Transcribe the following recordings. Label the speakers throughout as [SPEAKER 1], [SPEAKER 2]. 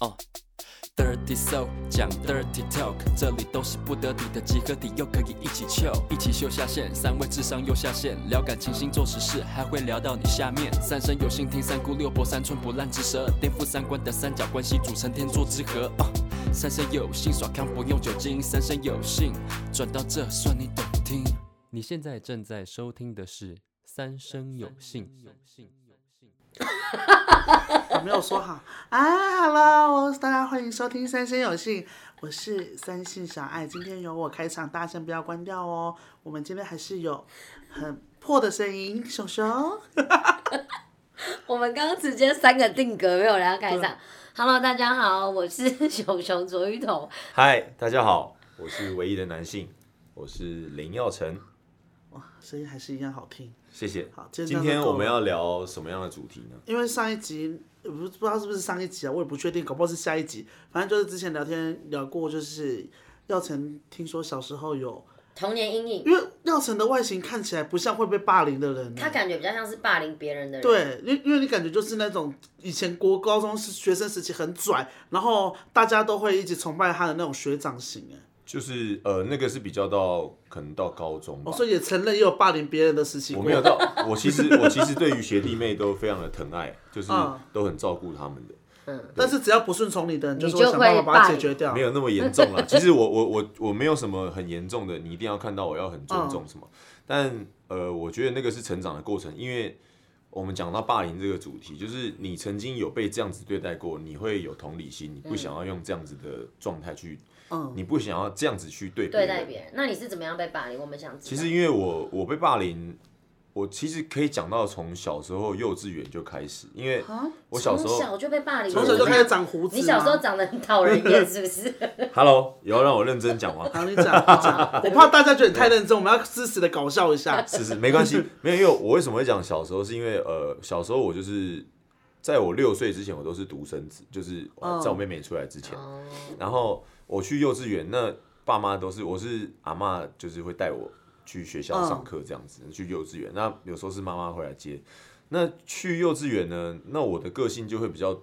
[SPEAKER 1] 哦、Dirty Soul 讲 Dirty Talk，这里都是不得体的集合体，又可以一起秀，一起秀下限，三位智商又下线，聊感情、星座、时事，还会聊到你下面。三生有幸听三姑六婆，三寸不烂之舌，颠覆三观的三角关系组成天作之合。哦、三生有幸耍康不用酒精，三生有幸转到这算你懂听。你现在正在收听的是《三生有幸》。
[SPEAKER 2] 我没有说好 啊，Hello，大家欢迎收听《三生有幸》，我是三性小爱，今天由我开场，大声不要关掉哦。我们这边还是有很破的声音，熊熊，
[SPEAKER 3] 我们刚刚直接三个定格，没有人要开
[SPEAKER 2] 对
[SPEAKER 3] 场。Hello，大家好，我是 熊熊卓芋头。
[SPEAKER 4] 嗨，大家好，我是唯一的男性，我是林耀成，
[SPEAKER 2] 哇，声音还是一样好听。
[SPEAKER 4] 谢谢。
[SPEAKER 2] 好今天
[SPEAKER 4] 今
[SPEAKER 2] 到
[SPEAKER 4] 天
[SPEAKER 2] 这
[SPEAKER 4] 我们要聊什么样的主题呢？
[SPEAKER 2] 因为上一集呃不不知道是不是上一集啊，我也不确定，搞不好是下一集。反正就是之前聊天聊过，就是耀成听说小时候有，
[SPEAKER 3] 童年阴影，
[SPEAKER 2] 因为耀成的外形看起来不像会被霸凌的人、啊
[SPEAKER 3] 他感觉比较像是霸凌别人的人。，
[SPEAKER 2] 对，因因为你感觉就是那种以前国高中是学生时期很拽，然后大家都会一直崇拜他的那种学长型哎、
[SPEAKER 4] 就是呃，那个是比较到可能到高中吧
[SPEAKER 2] 哦，，所以也承认也有霸凌别人的时期
[SPEAKER 4] 我
[SPEAKER 2] 过。
[SPEAKER 4] 没有到，我其实我其实对于学弟妹都非常的疼爱，就是
[SPEAKER 2] 嗯
[SPEAKER 4] 都很照顾他们的，
[SPEAKER 2] 但是只要不顺从你的人，就是
[SPEAKER 3] 你就
[SPEAKER 2] 想办法
[SPEAKER 3] 会
[SPEAKER 2] 把它
[SPEAKER 3] 霸
[SPEAKER 2] 解
[SPEAKER 3] 凌
[SPEAKER 2] 决掉。
[SPEAKER 4] 没有那么严重 啦。其实我我我我没有什么很严重的，你一定要看到我要很尊
[SPEAKER 3] 嗯
[SPEAKER 4] 重什么，但呃，我觉得那个是成长的过程，因为。我们讲到霸凌这个主题，就是你曾经有被这样子对待过，你会有同理心，你
[SPEAKER 3] 嗯
[SPEAKER 4] 不想要用这样子的状态去
[SPEAKER 2] 嗯，
[SPEAKER 4] 你不想要这样子去对别
[SPEAKER 3] 对
[SPEAKER 4] 人
[SPEAKER 3] 待别人。那你是怎么样被霸凌？我们想知道。
[SPEAKER 4] 其实因为我我被霸凌，我其实可以讲到从小时候幼稚园就开始，因为
[SPEAKER 2] 啊，
[SPEAKER 4] 我小时
[SPEAKER 3] 从
[SPEAKER 4] 候
[SPEAKER 3] 小就被霸凌，
[SPEAKER 2] 从小就开始。长胡子。啊
[SPEAKER 3] 你小时候？长得很讨人厌，是不是？
[SPEAKER 4] ，Hello，也要让我认真讲话。
[SPEAKER 2] 好，你讲，你讲 我怕大家觉得你太认真，我们要适时的搞笑一 下。
[SPEAKER 4] 是是，没关系，没有，因为我为什么会讲小时候，是因为呃，小时候我就是在我六岁之前，我都是独生子，就是呃
[SPEAKER 2] 嗯
[SPEAKER 4] 在我妹妹出来之前，
[SPEAKER 3] 哦，
[SPEAKER 4] 然后我去幼稚园，那爸妈都是我是阿嬷，就是会带我去学
[SPEAKER 2] 嗯
[SPEAKER 4] 校上课这样子，去幼稚园。那有时候是妈妈回来接。那去幼稚园呢，那我的个性就会比较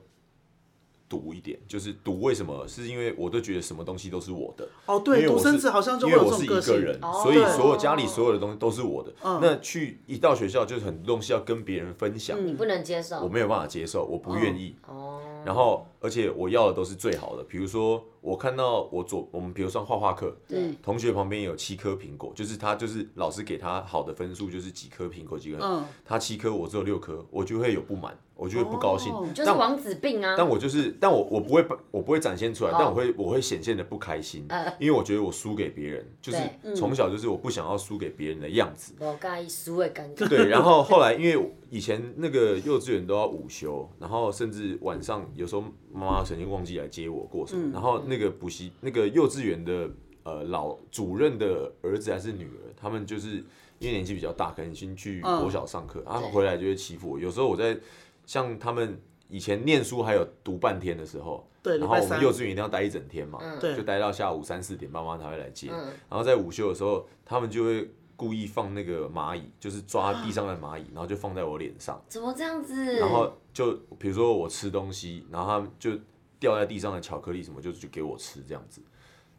[SPEAKER 4] 独一点，就是独为什么？是因为我都觉得什么东西都是我的，
[SPEAKER 2] 哦，
[SPEAKER 4] 因
[SPEAKER 2] 对，
[SPEAKER 4] 为我
[SPEAKER 2] 独
[SPEAKER 4] 是
[SPEAKER 2] 生子好像就
[SPEAKER 4] 因
[SPEAKER 2] 会
[SPEAKER 4] 为
[SPEAKER 2] 有这
[SPEAKER 4] 我是
[SPEAKER 2] 种个
[SPEAKER 4] 一个
[SPEAKER 2] 性。
[SPEAKER 4] 人，
[SPEAKER 3] 哦
[SPEAKER 4] 所以
[SPEAKER 2] 对
[SPEAKER 4] 所有家里所有的东西都是我的。
[SPEAKER 2] 嗯
[SPEAKER 4] 那去一到学校，就是很多东西要跟别人分享，
[SPEAKER 2] 嗯
[SPEAKER 3] 你不能接受。
[SPEAKER 4] 我没有办法接受，我不愿意。
[SPEAKER 3] 哦，
[SPEAKER 4] 然后，而且我要的都是最好的。比如说，我看到我左我们，比如说画画课，
[SPEAKER 3] 对，
[SPEAKER 4] 同学旁边有七颗苹果，就是他就是老师给他好的分数，就是几颗苹果几颗，
[SPEAKER 2] 嗯，
[SPEAKER 4] 他七颗我只有六颗，我就会有不满，我就会不高兴。
[SPEAKER 2] 哦
[SPEAKER 3] 你就是
[SPEAKER 4] 但
[SPEAKER 3] 王子病啊。
[SPEAKER 4] 但我就是，但我我不会我不会展现出来，
[SPEAKER 3] 哦
[SPEAKER 4] 但我会我会显现的不开心，
[SPEAKER 3] 呃嗯
[SPEAKER 4] 因为我觉得我输给别人，就是从小就是我不想要输给别人的样子。
[SPEAKER 3] 我介意输的感 觉。
[SPEAKER 4] 对，然后后来因为以前那个幼稚园都要午休，然后甚至晚上有时候妈妈曾经忘记来接我过什么，然后那个补习那个幼稚园的呃老主任的儿子还是女儿，他们就是因为年纪比较大，可能先去
[SPEAKER 2] 嗯
[SPEAKER 4] 国小上课，然后
[SPEAKER 3] 对
[SPEAKER 4] 回来就会欺负我。有时候我在像他们以前念书还有读半天的时候，
[SPEAKER 2] 对，礼
[SPEAKER 4] 然后
[SPEAKER 2] 拜
[SPEAKER 4] 我
[SPEAKER 2] 三
[SPEAKER 4] 们。幼稚园一定要待一整天嘛，
[SPEAKER 3] 嗯
[SPEAKER 2] 对
[SPEAKER 4] 就待到下午三四点，爸妈才会来接。
[SPEAKER 3] 嗯，
[SPEAKER 4] 然后在午休的时候，他们就会故意放那个蚂蚁，就是抓地上的蚂 蚁，然后就放在我脸上，
[SPEAKER 3] 怎么这样子？
[SPEAKER 4] 然后就比如说我吃东西，然后他们就掉在地上的巧克力什么，就就给我吃这样子。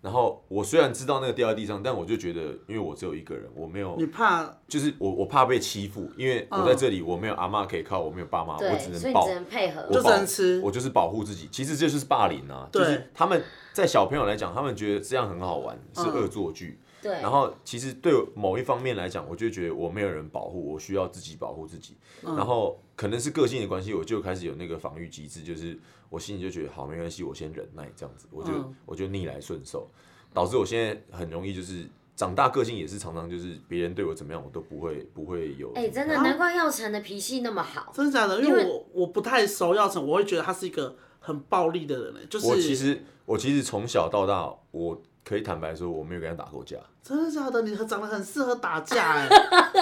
[SPEAKER 4] 然后我虽然知道那个掉在地上，但我就觉得，因为我只有一个人，我没有
[SPEAKER 3] 嗯
[SPEAKER 2] 你，怕
[SPEAKER 4] 就是我我怕被欺负，因为我在这里我没有阿妈可以靠，我没有爸妈，
[SPEAKER 3] 对
[SPEAKER 4] 啊我，只
[SPEAKER 3] 所
[SPEAKER 4] 能
[SPEAKER 3] 以你
[SPEAKER 4] 抱
[SPEAKER 3] 只。能配合
[SPEAKER 4] 我。
[SPEAKER 2] 就
[SPEAKER 4] 保
[SPEAKER 2] 只能吃
[SPEAKER 4] 我就是保护自己。其实这就是霸凌啊，就
[SPEAKER 2] 对
[SPEAKER 4] 是他们在小朋友来讲，他们觉得这样很好玩，是
[SPEAKER 2] 嗯
[SPEAKER 4] 恶作剧。
[SPEAKER 3] 对，
[SPEAKER 4] 然后其实对某一方面来讲，我就觉得我没有人保护，我需要自己保护自己。
[SPEAKER 2] 嗯
[SPEAKER 4] 然后可能是个性的关系，我就开始有那个防御机制，就是我心里就觉得好没关系，我先忍耐这样子，我就、
[SPEAKER 2] 嗯
[SPEAKER 4] 我就逆来顺受，导致我现在很容易就是长大个性也是常常就是别人对我怎么样，我都不会不会有
[SPEAKER 3] 哎，真的，难怪耀成的脾气那么好。
[SPEAKER 2] 真的假的？因
[SPEAKER 3] 因
[SPEAKER 2] 为
[SPEAKER 3] 为
[SPEAKER 2] 我我不太熟耀成，我会觉得他是一个很暴力的人欸，就是
[SPEAKER 4] 我其实我其实从小到大，我可以坦白说我没有跟他打过架。
[SPEAKER 2] 真的假的？你长得很适合打 架哎、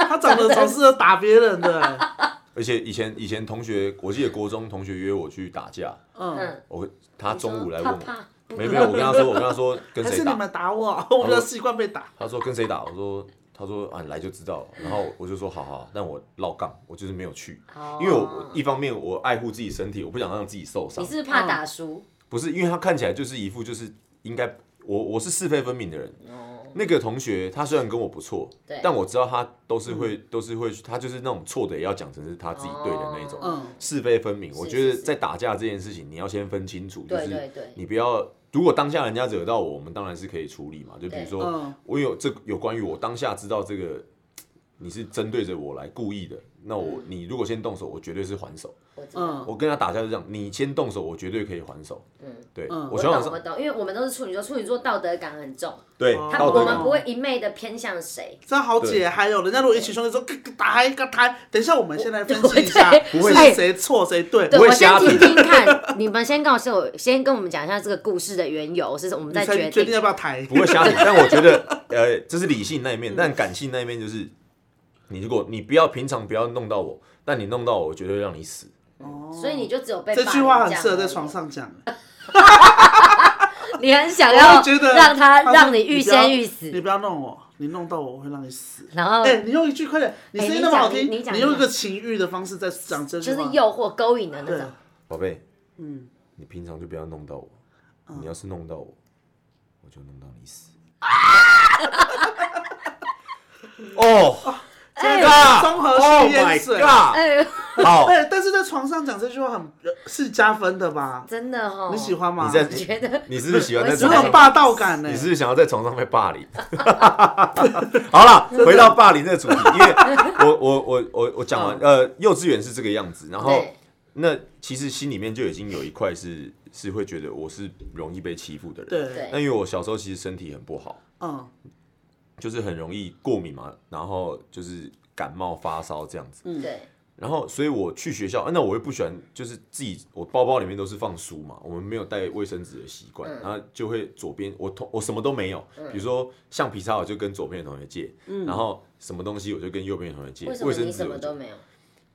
[SPEAKER 2] 他长得超适合打别人的、欸。
[SPEAKER 4] 而且以前以前同学，我记得国中同学约我去打架，
[SPEAKER 2] 嗯，
[SPEAKER 3] 嗯，
[SPEAKER 4] 我他
[SPEAKER 3] 你说
[SPEAKER 4] 中午来问我，
[SPEAKER 3] 怕怕
[SPEAKER 4] 没没有，我跟他说，我跟他 说跟
[SPEAKER 2] 还
[SPEAKER 4] 谁
[SPEAKER 2] 是你
[SPEAKER 4] 打，
[SPEAKER 2] 们打我， 我比较习惯被打。
[SPEAKER 4] 他说跟谁打，我说他说啊你来就知道了，然后我就说好好，但我绕杠，我就是没有去，
[SPEAKER 3] 哦
[SPEAKER 4] 因为我我一方面我爱护自己身体，我不想让自己受嗯
[SPEAKER 3] 你
[SPEAKER 4] 伤
[SPEAKER 3] 是，不是怕打输？
[SPEAKER 4] 不是，因为他看起来就是一副就是应该我我是是非分明的人。
[SPEAKER 3] 哦，
[SPEAKER 4] 那个同学他虽然跟我不错
[SPEAKER 3] 对，嗯
[SPEAKER 4] 但我知道他都是会、都是会，他就是那种错的也要讲成是他自己对的那种，
[SPEAKER 3] 哦
[SPEAKER 2] 嗯
[SPEAKER 4] 是非分明。我
[SPEAKER 3] 是
[SPEAKER 4] 觉得
[SPEAKER 3] 是是
[SPEAKER 4] 在打架这件事情，你要先分清楚，就
[SPEAKER 3] 对
[SPEAKER 4] 是
[SPEAKER 3] 对对
[SPEAKER 4] 你不要。如果当下人家惹到我，我们当然是可以处理嘛。就比如
[SPEAKER 3] 对
[SPEAKER 4] 说，
[SPEAKER 2] 嗯
[SPEAKER 4] 我有这有关于我当下知道这个你是针对着我来故意的，那
[SPEAKER 3] 嗯
[SPEAKER 4] 我你如果先动手，我绝对是还手。
[SPEAKER 3] 我知道，
[SPEAKER 2] 嗯，
[SPEAKER 4] 我跟他打架就这样，你先动手，我绝对可以还手。
[SPEAKER 3] 嗯，
[SPEAKER 4] 对，
[SPEAKER 2] 嗯
[SPEAKER 4] 我
[SPEAKER 3] 我
[SPEAKER 4] 想想
[SPEAKER 3] 懂我
[SPEAKER 4] 上，
[SPEAKER 3] 懂，因为我们都是处女座，处女座道德感很重，
[SPEAKER 4] 对，
[SPEAKER 2] 哦
[SPEAKER 3] 他
[SPEAKER 4] 道
[SPEAKER 3] 我
[SPEAKER 4] 德
[SPEAKER 3] 们
[SPEAKER 4] 感
[SPEAKER 3] 不会一昧的偏向谁，
[SPEAKER 2] 这样好解，
[SPEAKER 4] 对
[SPEAKER 2] 还有人家如果一起兄弟说嘎嘎打一个台，等一下我们先来分析一下，
[SPEAKER 3] 对
[SPEAKER 4] 不会
[SPEAKER 2] 是谁错谁对。
[SPEAKER 3] 对，
[SPEAKER 4] 不会
[SPEAKER 3] 我先
[SPEAKER 4] 瞎
[SPEAKER 3] 听
[SPEAKER 4] 评
[SPEAKER 3] 听看，你们先告诉我，先跟我们讲一下这个故事的缘由，是什么我
[SPEAKER 2] 你
[SPEAKER 3] 们再
[SPEAKER 2] 才
[SPEAKER 3] 决
[SPEAKER 2] 决
[SPEAKER 3] 定
[SPEAKER 2] 定。要不要抬
[SPEAKER 4] 不，会瞎理，但我觉得，呃，这是理性那一面，但感性那一面就是，你如果你不要平常不要弄到我，但你弄到我，我绝对让你死。
[SPEAKER 3] 所以你就只有被
[SPEAKER 2] 这
[SPEAKER 3] 霸
[SPEAKER 2] 句
[SPEAKER 3] 凌
[SPEAKER 2] 话很
[SPEAKER 3] 样
[SPEAKER 2] 适合
[SPEAKER 3] 而
[SPEAKER 2] 在
[SPEAKER 3] 已
[SPEAKER 2] 床，上讲。
[SPEAKER 3] 你很想
[SPEAKER 2] 我
[SPEAKER 3] 要
[SPEAKER 2] 会觉得
[SPEAKER 3] 让他
[SPEAKER 2] 说
[SPEAKER 3] 让你欲
[SPEAKER 2] 不要
[SPEAKER 3] 仙欲
[SPEAKER 2] 你
[SPEAKER 3] 死，
[SPEAKER 2] 不要弄我，你弄到我我会让你死。
[SPEAKER 3] 然后
[SPEAKER 2] 哎、你用一句快点，你声音那么好
[SPEAKER 3] 哎你
[SPEAKER 2] 听，
[SPEAKER 3] 讲你你讲
[SPEAKER 2] 用一个情欲的方式在讲这句
[SPEAKER 3] 就
[SPEAKER 2] 话，
[SPEAKER 3] 是诱惑勾引的那
[SPEAKER 2] 对
[SPEAKER 3] 种，
[SPEAKER 4] 宝贝，嗯，你平常就不要弄到我，你要是弄到我，我就弄到你死。哦，
[SPEAKER 2] 真的
[SPEAKER 4] 啊
[SPEAKER 2] 综合式
[SPEAKER 4] Oh my
[SPEAKER 2] 淹水。
[SPEAKER 4] God！
[SPEAKER 3] 哎，
[SPEAKER 4] 好，
[SPEAKER 2] 哎、但是在床上讲这句话很是加分的吧？
[SPEAKER 3] 真的哦，
[SPEAKER 2] 你喜欢吗？
[SPEAKER 4] 你在
[SPEAKER 3] 我觉得
[SPEAKER 4] 你是不是喜欢在
[SPEAKER 2] 这
[SPEAKER 4] 床
[SPEAKER 2] 种
[SPEAKER 4] 上？
[SPEAKER 2] 霸道感呢、
[SPEAKER 4] 你是不是想要在床上被霸凌？ 好了，回到霸凌这个主题，因为我我我我我讲完，呃，幼稚园是这个样子，然后
[SPEAKER 3] 对
[SPEAKER 4] 那其实心里面就已经有一块是是会觉得我是容易被欺负的人，
[SPEAKER 2] 对，
[SPEAKER 3] 对
[SPEAKER 4] 那因为我小时候其实身体很不好，
[SPEAKER 2] 嗯
[SPEAKER 4] 就是很容易过敏嘛，然后就是感冒发烧这样子，
[SPEAKER 3] 对
[SPEAKER 4] 然后所以我去学校，啊那我又不喜欢，就是自己我包包里面都是放书嘛，我们没有带卫生纸的习
[SPEAKER 3] 嗯
[SPEAKER 4] 惯，然后就会左边我同我什么都没有，比如说橡皮擦我就跟左边的同学借，然后什么东西我就跟右边的同学
[SPEAKER 3] 嗯
[SPEAKER 4] 借，
[SPEAKER 3] 为什
[SPEAKER 4] 卫
[SPEAKER 3] 么
[SPEAKER 4] 生
[SPEAKER 3] 你
[SPEAKER 4] 纸
[SPEAKER 3] 什
[SPEAKER 4] 我
[SPEAKER 3] 么
[SPEAKER 4] 就
[SPEAKER 3] 都没有？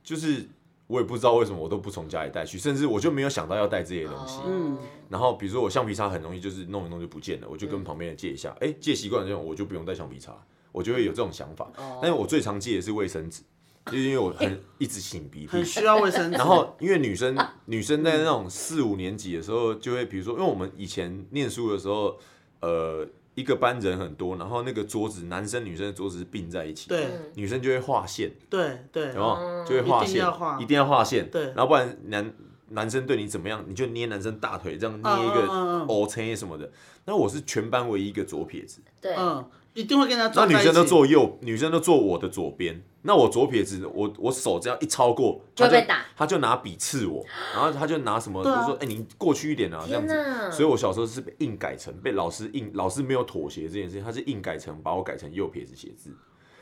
[SPEAKER 4] 就是我也不知道为什么我都不从家里带去，甚至我就没有想到要带这些东西。
[SPEAKER 3] 嗯，
[SPEAKER 4] 然后比如说我橡皮擦很容易就是弄一弄就不见了，我就跟旁边的借一下，
[SPEAKER 3] 嗯
[SPEAKER 4] 哎、借习惯了这种我就不用带橡皮擦，我就会有这种想法。
[SPEAKER 3] 哦
[SPEAKER 4] 但是我最常借的是卫生纸，就是因为我很一直擤鼻涕
[SPEAKER 2] 很。需要卫生纸。
[SPEAKER 4] 然后，因为女生
[SPEAKER 2] 啊
[SPEAKER 4] 女生在那种四五年级的时候，就会比如说，因为我们以前念书的时候，呃，一个班人很多，然后那个桌子，男生女生的桌子是并在一起，，
[SPEAKER 2] 对
[SPEAKER 4] 女生就会划线，
[SPEAKER 2] 对对，
[SPEAKER 4] 然后就会划
[SPEAKER 2] 一
[SPEAKER 4] 线
[SPEAKER 2] 定要画，
[SPEAKER 4] 一定要划线，
[SPEAKER 2] 对
[SPEAKER 4] 然后不然男男生对你怎么样，你就捏男生大腿，这样捏
[SPEAKER 2] 嗯
[SPEAKER 4] 一
[SPEAKER 2] 嗯
[SPEAKER 4] 个
[SPEAKER 2] 嗯
[SPEAKER 4] O C 什么的。那我是全班唯一一个左撇子，
[SPEAKER 3] 对，
[SPEAKER 2] 嗯，一定会跟人家
[SPEAKER 4] 那
[SPEAKER 2] 撞
[SPEAKER 4] 女
[SPEAKER 2] 在一起。
[SPEAKER 4] 生都坐右，女生都坐我的左边，那我左撇子，我我手只要一超过，
[SPEAKER 3] 就
[SPEAKER 4] 他
[SPEAKER 3] 会
[SPEAKER 4] 就
[SPEAKER 3] 被打
[SPEAKER 4] 他就拿笔刺我，然后他就拿什么，
[SPEAKER 2] 对
[SPEAKER 4] 就
[SPEAKER 2] 啊
[SPEAKER 4] 说哎你过去一点啊这样
[SPEAKER 3] 天哪
[SPEAKER 4] 子。所以我小时候是被硬改成被老师硬，老师没有妥协这件事情，他是硬改成把我改成右撇子写字，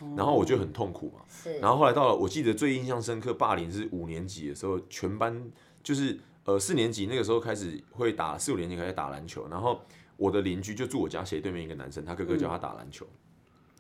[SPEAKER 3] 哦
[SPEAKER 4] 然后我就很痛苦嘛。
[SPEAKER 3] 是，
[SPEAKER 4] 然后后来到了，我记得最印象深刻，霸凌是五年级的时候，全班就是呃四年级那个时候开始会打，四五年级开始打篮球，然后我的邻居就住我家斜对面一个男生，他哥
[SPEAKER 2] 嗯
[SPEAKER 4] 哥教他打篮球，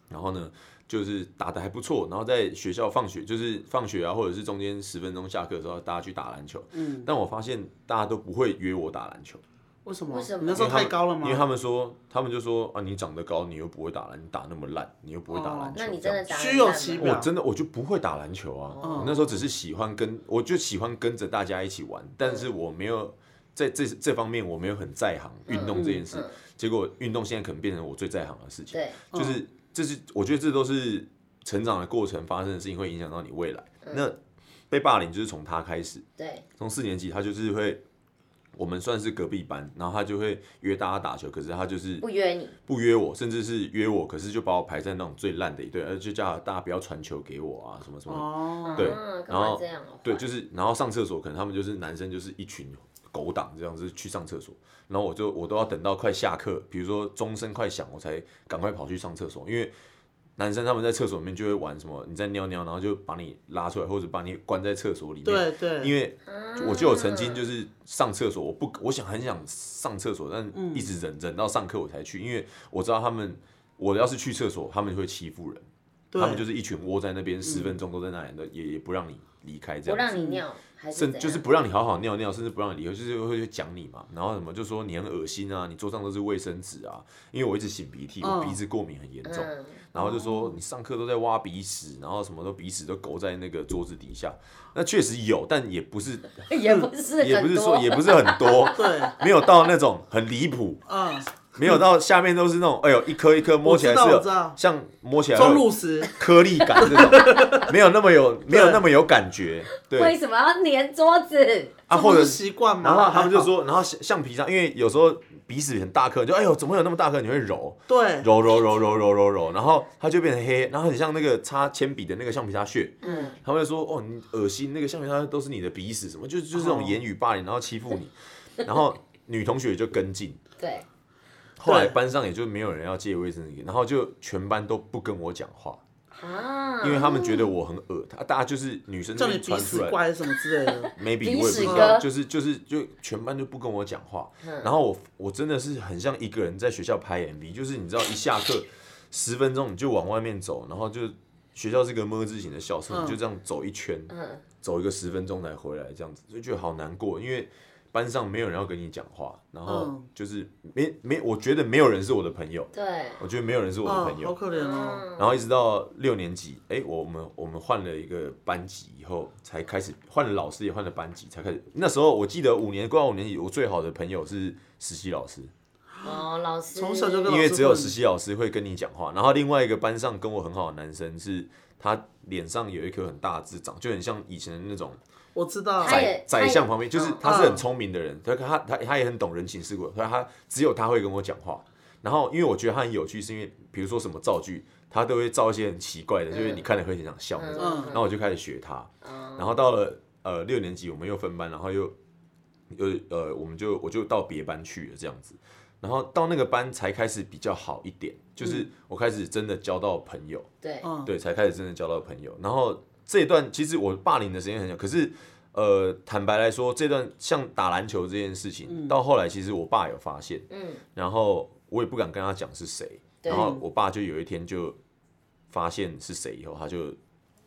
[SPEAKER 4] 然后呢就是打的还不错，然后在学校放学就是放学啊，或者是中间十分钟下课的时候，大家去打篮球，嗯，但我发现大家都不会约我打篮球，
[SPEAKER 2] 为什么？
[SPEAKER 3] 为什么
[SPEAKER 2] 你那时候
[SPEAKER 4] 因为他
[SPEAKER 2] 太
[SPEAKER 4] 们
[SPEAKER 2] 高了吗？
[SPEAKER 4] 因为他们说，他们就说啊，你长得高，你又不会打篮，你打那么烂，你又不会打篮球，
[SPEAKER 3] 哦那你
[SPEAKER 4] 这
[SPEAKER 3] 真
[SPEAKER 4] 样
[SPEAKER 3] 的
[SPEAKER 4] 子
[SPEAKER 3] 打
[SPEAKER 2] 虚
[SPEAKER 3] 得
[SPEAKER 2] 有
[SPEAKER 3] 烂
[SPEAKER 2] 其
[SPEAKER 3] 吗
[SPEAKER 2] 表
[SPEAKER 4] 我真的我就不会打篮球啊，
[SPEAKER 3] 嗯
[SPEAKER 4] 我那时候只是喜欢跟，我就喜欢跟着大家一起玩，但是我没有在这这方面我没有很在行运动这件事，
[SPEAKER 3] 嗯嗯
[SPEAKER 4] 结果运动现在可能变成我最在行的事情，
[SPEAKER 3] 对，嗯
[SPEAKER 4] 就是这是我觉得这都是成长的过程发生的事情，会影响到你未来。那被霸凌就是从他开始，
[SPEAKER 3] 对，
[SPEAKER 4] 从四年级他就是会。我们算是隔壁班，然后他就会约大家打球，可是他就是
[SPEAKER 3] 不约你，
[SPEAKER 4] 不约我，甚至是约我，可是就把我排在那种最烂的一队，而就叫大家不要传球给我啊，什么什么的。
[SPEAKER 2] 哦，
[SPEAKER 4] 对
[SPEAKER 3] 啊干
[SPEAKER 4] 然
[SPEAKER 3] 嘛
[SPEAKER 4] 后
[SPEAKER 3] 这样哦？
[SPEAKER 4] 对，就是然后上厕所，可能他们就是男生就是一群狗党这样子去上厕所，然后我就我都要等到快下课，比如说钟声快响，我才赶快跑去上厕所，因为男生他们在厕所里面就会玩什么，你在尿尿，然后就把你拉出来，或者把你关在厕所里面。
[SPEAKER 2] 对对，
[SPEAKER 4] 因为
[SPEAKER 3] 嗯
[SPEAKER 4] 我就有曾经就是上厕所，我不我想很想上厕所，但
[SPEAKER 2] 嗯
[SPEAKER 4] 一直忍忍到上课我才去，因为我知道他们，我要是去厕所，他们会欺负人，
[SPEAKER 2] 对嗯
[SPEAKER 4] 他们就是一群窝在那边，十分钟都在那里，那也也不让你离开这
[SPEAKER 3] 不
[SPEAKER 4] 样
[SPEAKER 3] 让
[SPEAKER 4] 子。
[SPEAKER 3] 你尿，还是
[SPEAKER 4] 甚
[SPEAKER 3] 怎
[SPEAKER 4] 就是
[SPEAKER 3] 样
[SPEAKER 4] 不让你好好尿尿，甚至不让你理会，就是会会讲你嘛，然后什么就说你很恶心啊，你桌上都是卫生纸啊，因为我一直擤鼻涕，我
[SPEAKER 2] 嗯
[SPEAKER 4] 鼻子过敏很严重，
[SPEAKER 3] 嗯
[SPEAKER 4] 然后就说你上课都在挖鼻屎，然后什么都鼻屎都勾在那个桌子底下，那确实有，但也不 是，
[SPEAKER 3] 也不是
[SPEAKER 4] 也不
[SPEAKER 3] 很
[SPEAKER 4] 是
[SPEAKER 3] 多
[SPEAKER 4] 说也 不是很 多，
[SPEAKER 2] 对，
[SPEAKER 4] 没有到那种很离谱，
[SPEAKER 2] 嗯，
[SPEAKER 4] 没有到下面都是那种哎呦一颗一颗摸起来是
[SPEAKER 2] 我
[SPEAKER 4] 有
[SPEAKER 2] 知道我知道
[SPEAKER 4] 像摸起来会
[SPEAKER 2] 钟
[SPEAKER 4] 有
[SPEAKER 2] 乳石，
[SPEAKER 4] 颗粒感 这种，没有那么有没有那么有感觉，
[SPEAKER 3] 为
[SPEAKER 4] 对
[SPEAKER 3] 什么要粘桌子？
[SPEAKER 4] 啊，
[SPEAKER 2] 这
[SPEAKER 4] 或
[SPEAKER 2] 不
[SPEAKER 4] 者
[SPEAKER 2] 是习惯嘛，
[SPEAKER 4] 然后他们就
[SPEAKER 2] 还好，
[SPEAKER 4] 说，然后橡橡皮擦，因为有时候鼻屎很大颗，你就哎呦怎么会有那么大颗？你会揉
[SPEAKER 2] 对，
[SPEAKER 4] 揉揉揉揉揉揉揉，然后它就变成黑，然后很像那个擦铅笔的那个橡皮擦屑。
[SPEAKER 3] 嗯，
[SPEAKER 4] 他们就说哦，你恶心，那个橡皮擦都是你的鼻屎，什么就就是这
[SPEAKER 3] 哦
[SPEAKER 4] 种言语霸凌，然后欺负你， 然后女同学也就跟进。
[SPEAKER 3] 对，
[SPEAKER 4] 后来班上也就没有人要借卫生纸，然后就全班都不跟我讲话，
[SPEAKER 3] 啊，
[SPEAKER 4] 因为他们觉得我很恶，他大家就是女生就
[SPEAKER 2] 叫你
[SPEAKER 4] 是
[SPEAKER 2] 鼻
[SPEAKER 4] 传
[SPEAKER 2] 屎
[SPEAKER 4] 出来，
[SPEAKER 2] 怪还是什么之类的，
[SPEAKER 4] maybe
[SPEAKER 3] 鼻
[SPEAKER 4] 我也不
[SPEAKER 3] 屎
[SPEAKER 4] 知
[SPEAKER 2] 哥
[SPEAKER 4] 道，就是就是就全班就不跟我讲话，
[SPEAKER 3] 嗯
[SPEAKER 4] 然后我我真的是很像一个人在学校拍 MV，就是你知道一下课十分钟你就往外面走，然后就学校是个么字形的校舍，
[SPEAKER 2] 嗯
[SPEAKER 4] 你就这样走一圈，
[SPEAKER 3] 嗯，
[SPEAKER 4] 走一个十分钟才回来这样子，就觉得好难过，因为班上没有人要跟你讲话，然后
[SPEAKER 2] 嗯
[SPEAKER 4] 就是没没，我觉得没有人是我的朋友，
[SPEAKER 3] 对，嗯
[SPEAKER 4] 我觉得没有人是我的
[SPEAKER 2] 嗯
[SPEAKER 4] 朋，
[SPEAKER 2] 好
[SPEAKER 4] 友，
[SPEAKER 2] 可怜哦，
[SPEAKER 4] 然后一直到六年级，哎、我们我们换了一个班级以后，才开始换了老师，也换了班级，才开始。那时候我记得五年，过到五年级，我最好的朋友是实习老师，
[SPEAKER 3] 哦，老师
[SPEAKER 2] 从小就跟老
[SPEAKER 4] 因
[SPEAKER 2] 师
[SPEAKER 4] 为只有
[SPEAKER 2] 混
[SPEAKER 4] 实习老师会跟你讲话。然后另外一个班上跟我很好的男生是，他脸上有一颗很大的痣，长就很像以前的那种
[SPEAKER 2] 我知道，
[SPEAKER 3] 他也
[SPEAKER 4] 宰宰相旁边，就是
[SPEAKER 3] 嗯
[SPEAKER 4] 他是很聪明的人，他他他他也很懂人情世故，所以他只有他会跟我讲话。然后因为我觉得他很有趣，是因为比如说什么造句，他都会造一些很奇怪的，
[SPEAKER 3] 嗯
[SPEAKER 4] 就是你看了会很想笑那种。
[SPEAKER 2] 嗯
[SPEAKER 4] 然后我就开始学他，
[SPEAKER 3] 嗯
[SPEAKER 4] 然后到了呃六年级，我们又分班，然后又又呃我们就我就到别班去了这样子。然后到那个班才开始比较好一点，
[SPEAKER 3] 嗯
[SPEAKER 4] 就是我开始真的交到朋友，
[SPEAKER 3] 对，
[SPEAKER 2] 嗯，
[SPEAKER 4] 对，才开始真的交到朋友。然后这一段其实我霸凌的时间很久，可是呃，坦白来说，这段像打篮球这件事情，到后来其实我爸有发现，
[SPEAKER 3] 嗯，
[SPEAKER 4] 然后我也不敢跟他讲是谁，
[SPEAKER 3] 对
[SPEAKER 4] 然后我爸就有一天就发现是谁以后，他就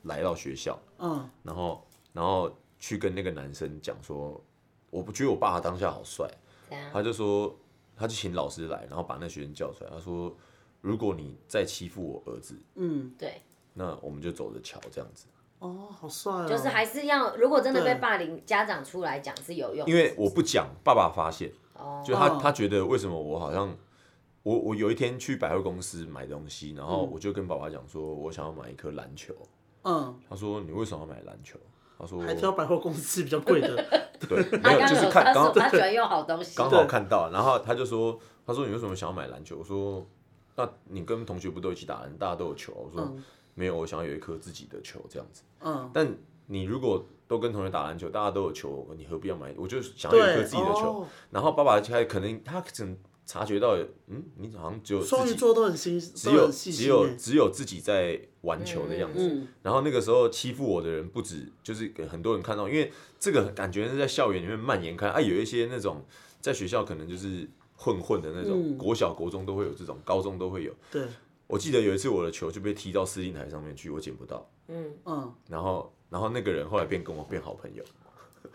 [SPEAKER 4] 来到学校，
[SPEAKER 2] 嗯，
[SPEAKER 4] 然后然后去跟那个男生讲说，我不觉得我爸他当下好帅，
[SPEAKER 3] 这样，
[SPEAKER 4] 他就说，他就请老师来，然后把那学生叫出来，他说，如果你再欺负我儿子，
[SPEAKER 2] 嗯，
[SPEAKER 3] 对，
[SPEAKER 4] 那我们就走着瞧这样子。
[SPEAKER 2] 哦，好帅哦，
[SPEAKER 4] 嗯
[SPEAKER 3] 就是还是要，如果真的
[SPEAKER 2] 对
[SPEAKER 3] 被霸凌，家长出来讲是有用的，
[SPEAKER 4] 因为我不讲，爸爸发现，
[SPEAKER 3] 哦，
[SPEAKER 4] 就他、
[SPEAKER 2] 哦
[SPEAKER 4] 他觉得为什么我好像，我我有一天去百货公司买东西，然
[SPEAKER 3] 嗯
[SPEAKER 4] 后我就跟爸爸讲说，我想要买一颗篮球。
[SPEAKER 2] 嗯，
[SPEAKER 4] 他说你为什么要买篮球？他说
[SPEAKER 3] 嗯
[SPEAKER 2] 还挑百货公司比较贵 的，
[SPEAKER 4] 对，没
[SPEAKER 3] 他
[SPEAKER 4] 有
[SPEAKER 3] 刚
[SPEAKER 4] 就是
[SPEAKER 3] 有
[SPEAKER 4] 看
[SPEAKER 3] 他
[SPEAKER 4] 刚
[SPEAKER 3] 说他 喜欢用好东西，
[SPEAKER 4] 刚好看到，然后他就说，他说你为什么想要买篮球？我说，那你跟同学不都一起打篮，大家都有球？啊我说、
[SPEAKER 2] 嗯
[SPEAKER 4] 没有，我想要有一颗自己的球这样子。
[SPEAKER 2] 嗯，
[SPEAKER 4] 但你如果都跟同学打篮球，大家都有球，你何必要买？我就想要有一颗
[SPEAKER 2] 对，
[SPEAKER 4] 自己的球。
[SPEAKER 2] 哦，
[SPEAKER 4] 然后爸爸就开始可能他可能察觉到，嗯，你好像只有
[SPEAKER 2] 双
[SPEAKER 4] 自
[SPEAKER 2] 鱼
[SPEAKER 4] 己
[SPEAKER 2] 座都很心，
[SPEAKER 4] 只
[SPEAKER 2] 都
[SPEAKER 4] 有
[SPEAKER 2] 很细
[SPEAKER 4] 只
[SPEAKER 2] 心
[SPEAKER 4] 有
[SPEAKER 2] 耶，
[SPEAKER 4] 只有自己在玩球的样子。
[SPEAKER 2] 嗯
[SPEAKER 4] 然后那个时候欺负我的人不止，就是很多人看到，因为这个感觉是在校园里面蔓延开啊，有一些那种在学校可能就是混混的那种，
[SPEAKER 2] 嗯
[SPEAKER 4] 国小国中都会有这种，高中都会有。
[SPEAKER 2] 对，
[SPEAKER 4] 我记得有一次我的球就被踢到司令台上面去，我捡不到，
[SPEAKER 3] 嗯，
[SPEAKER 2] 嗯，
[SPEAKER 4] 然后然后那个人后来变跟我变好朋友，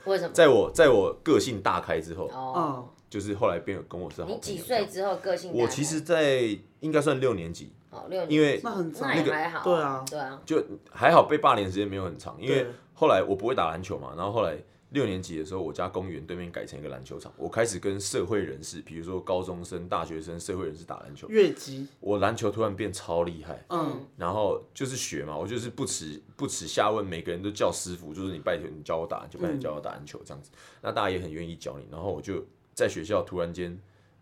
[SPEAKER 3] 为什么？
[SPEAKER 4] 在我在我个性大开之后，
[SPEAKER 3] 哦，
[SPEAKER 4] 就是后来变跟我是好朋
[SPEAKER 3] 你
[SPEAKER 4] 友。
[SPEAKER 3] 几岁？之后个性大改？
[SPEAKER 4] 我其实，在应该算六年级，
[SPEAKER 3] 哦，六年，
[SPEAKER 4] 因为
[SPEAKER 2] 那很早
[SPEAKER 3] 那
[SPEAKER 4] 那
[SPEAKER 3] 也
[SPEAKER 4] 个
[SPEAKER 3] 还好，
[SPEAKER 2] 对啊
[SPEAKER 3] 对啊，
[SPEAKER 4] 就还好被霸凌的时间没有很长，因为
[SPEAKER 2] 对
[SPEAKER 4] 后来我不会打篮球嘛，然后后来六年级的时候，我家公园对面改成一个篮球场，我开始跟社会人士，比如说高中生、大学生、社会人士打篮球，
[SPEAKER 2] 越级，
[SPEAKER 4] 我篮球突然变超厉害。
[SPEAKER 2] 嗯，
[SPEAKER 4] 然后就是学嘛，我就是不耻不耻下问，每个人都叫师傅，就是你拜托你教我打篮球，拜托你教
[SPEAKER 2] 嗯
[SPEAKER 4] 我打篮球这样子。那大家也很愿意教你，然后我就在学校突然间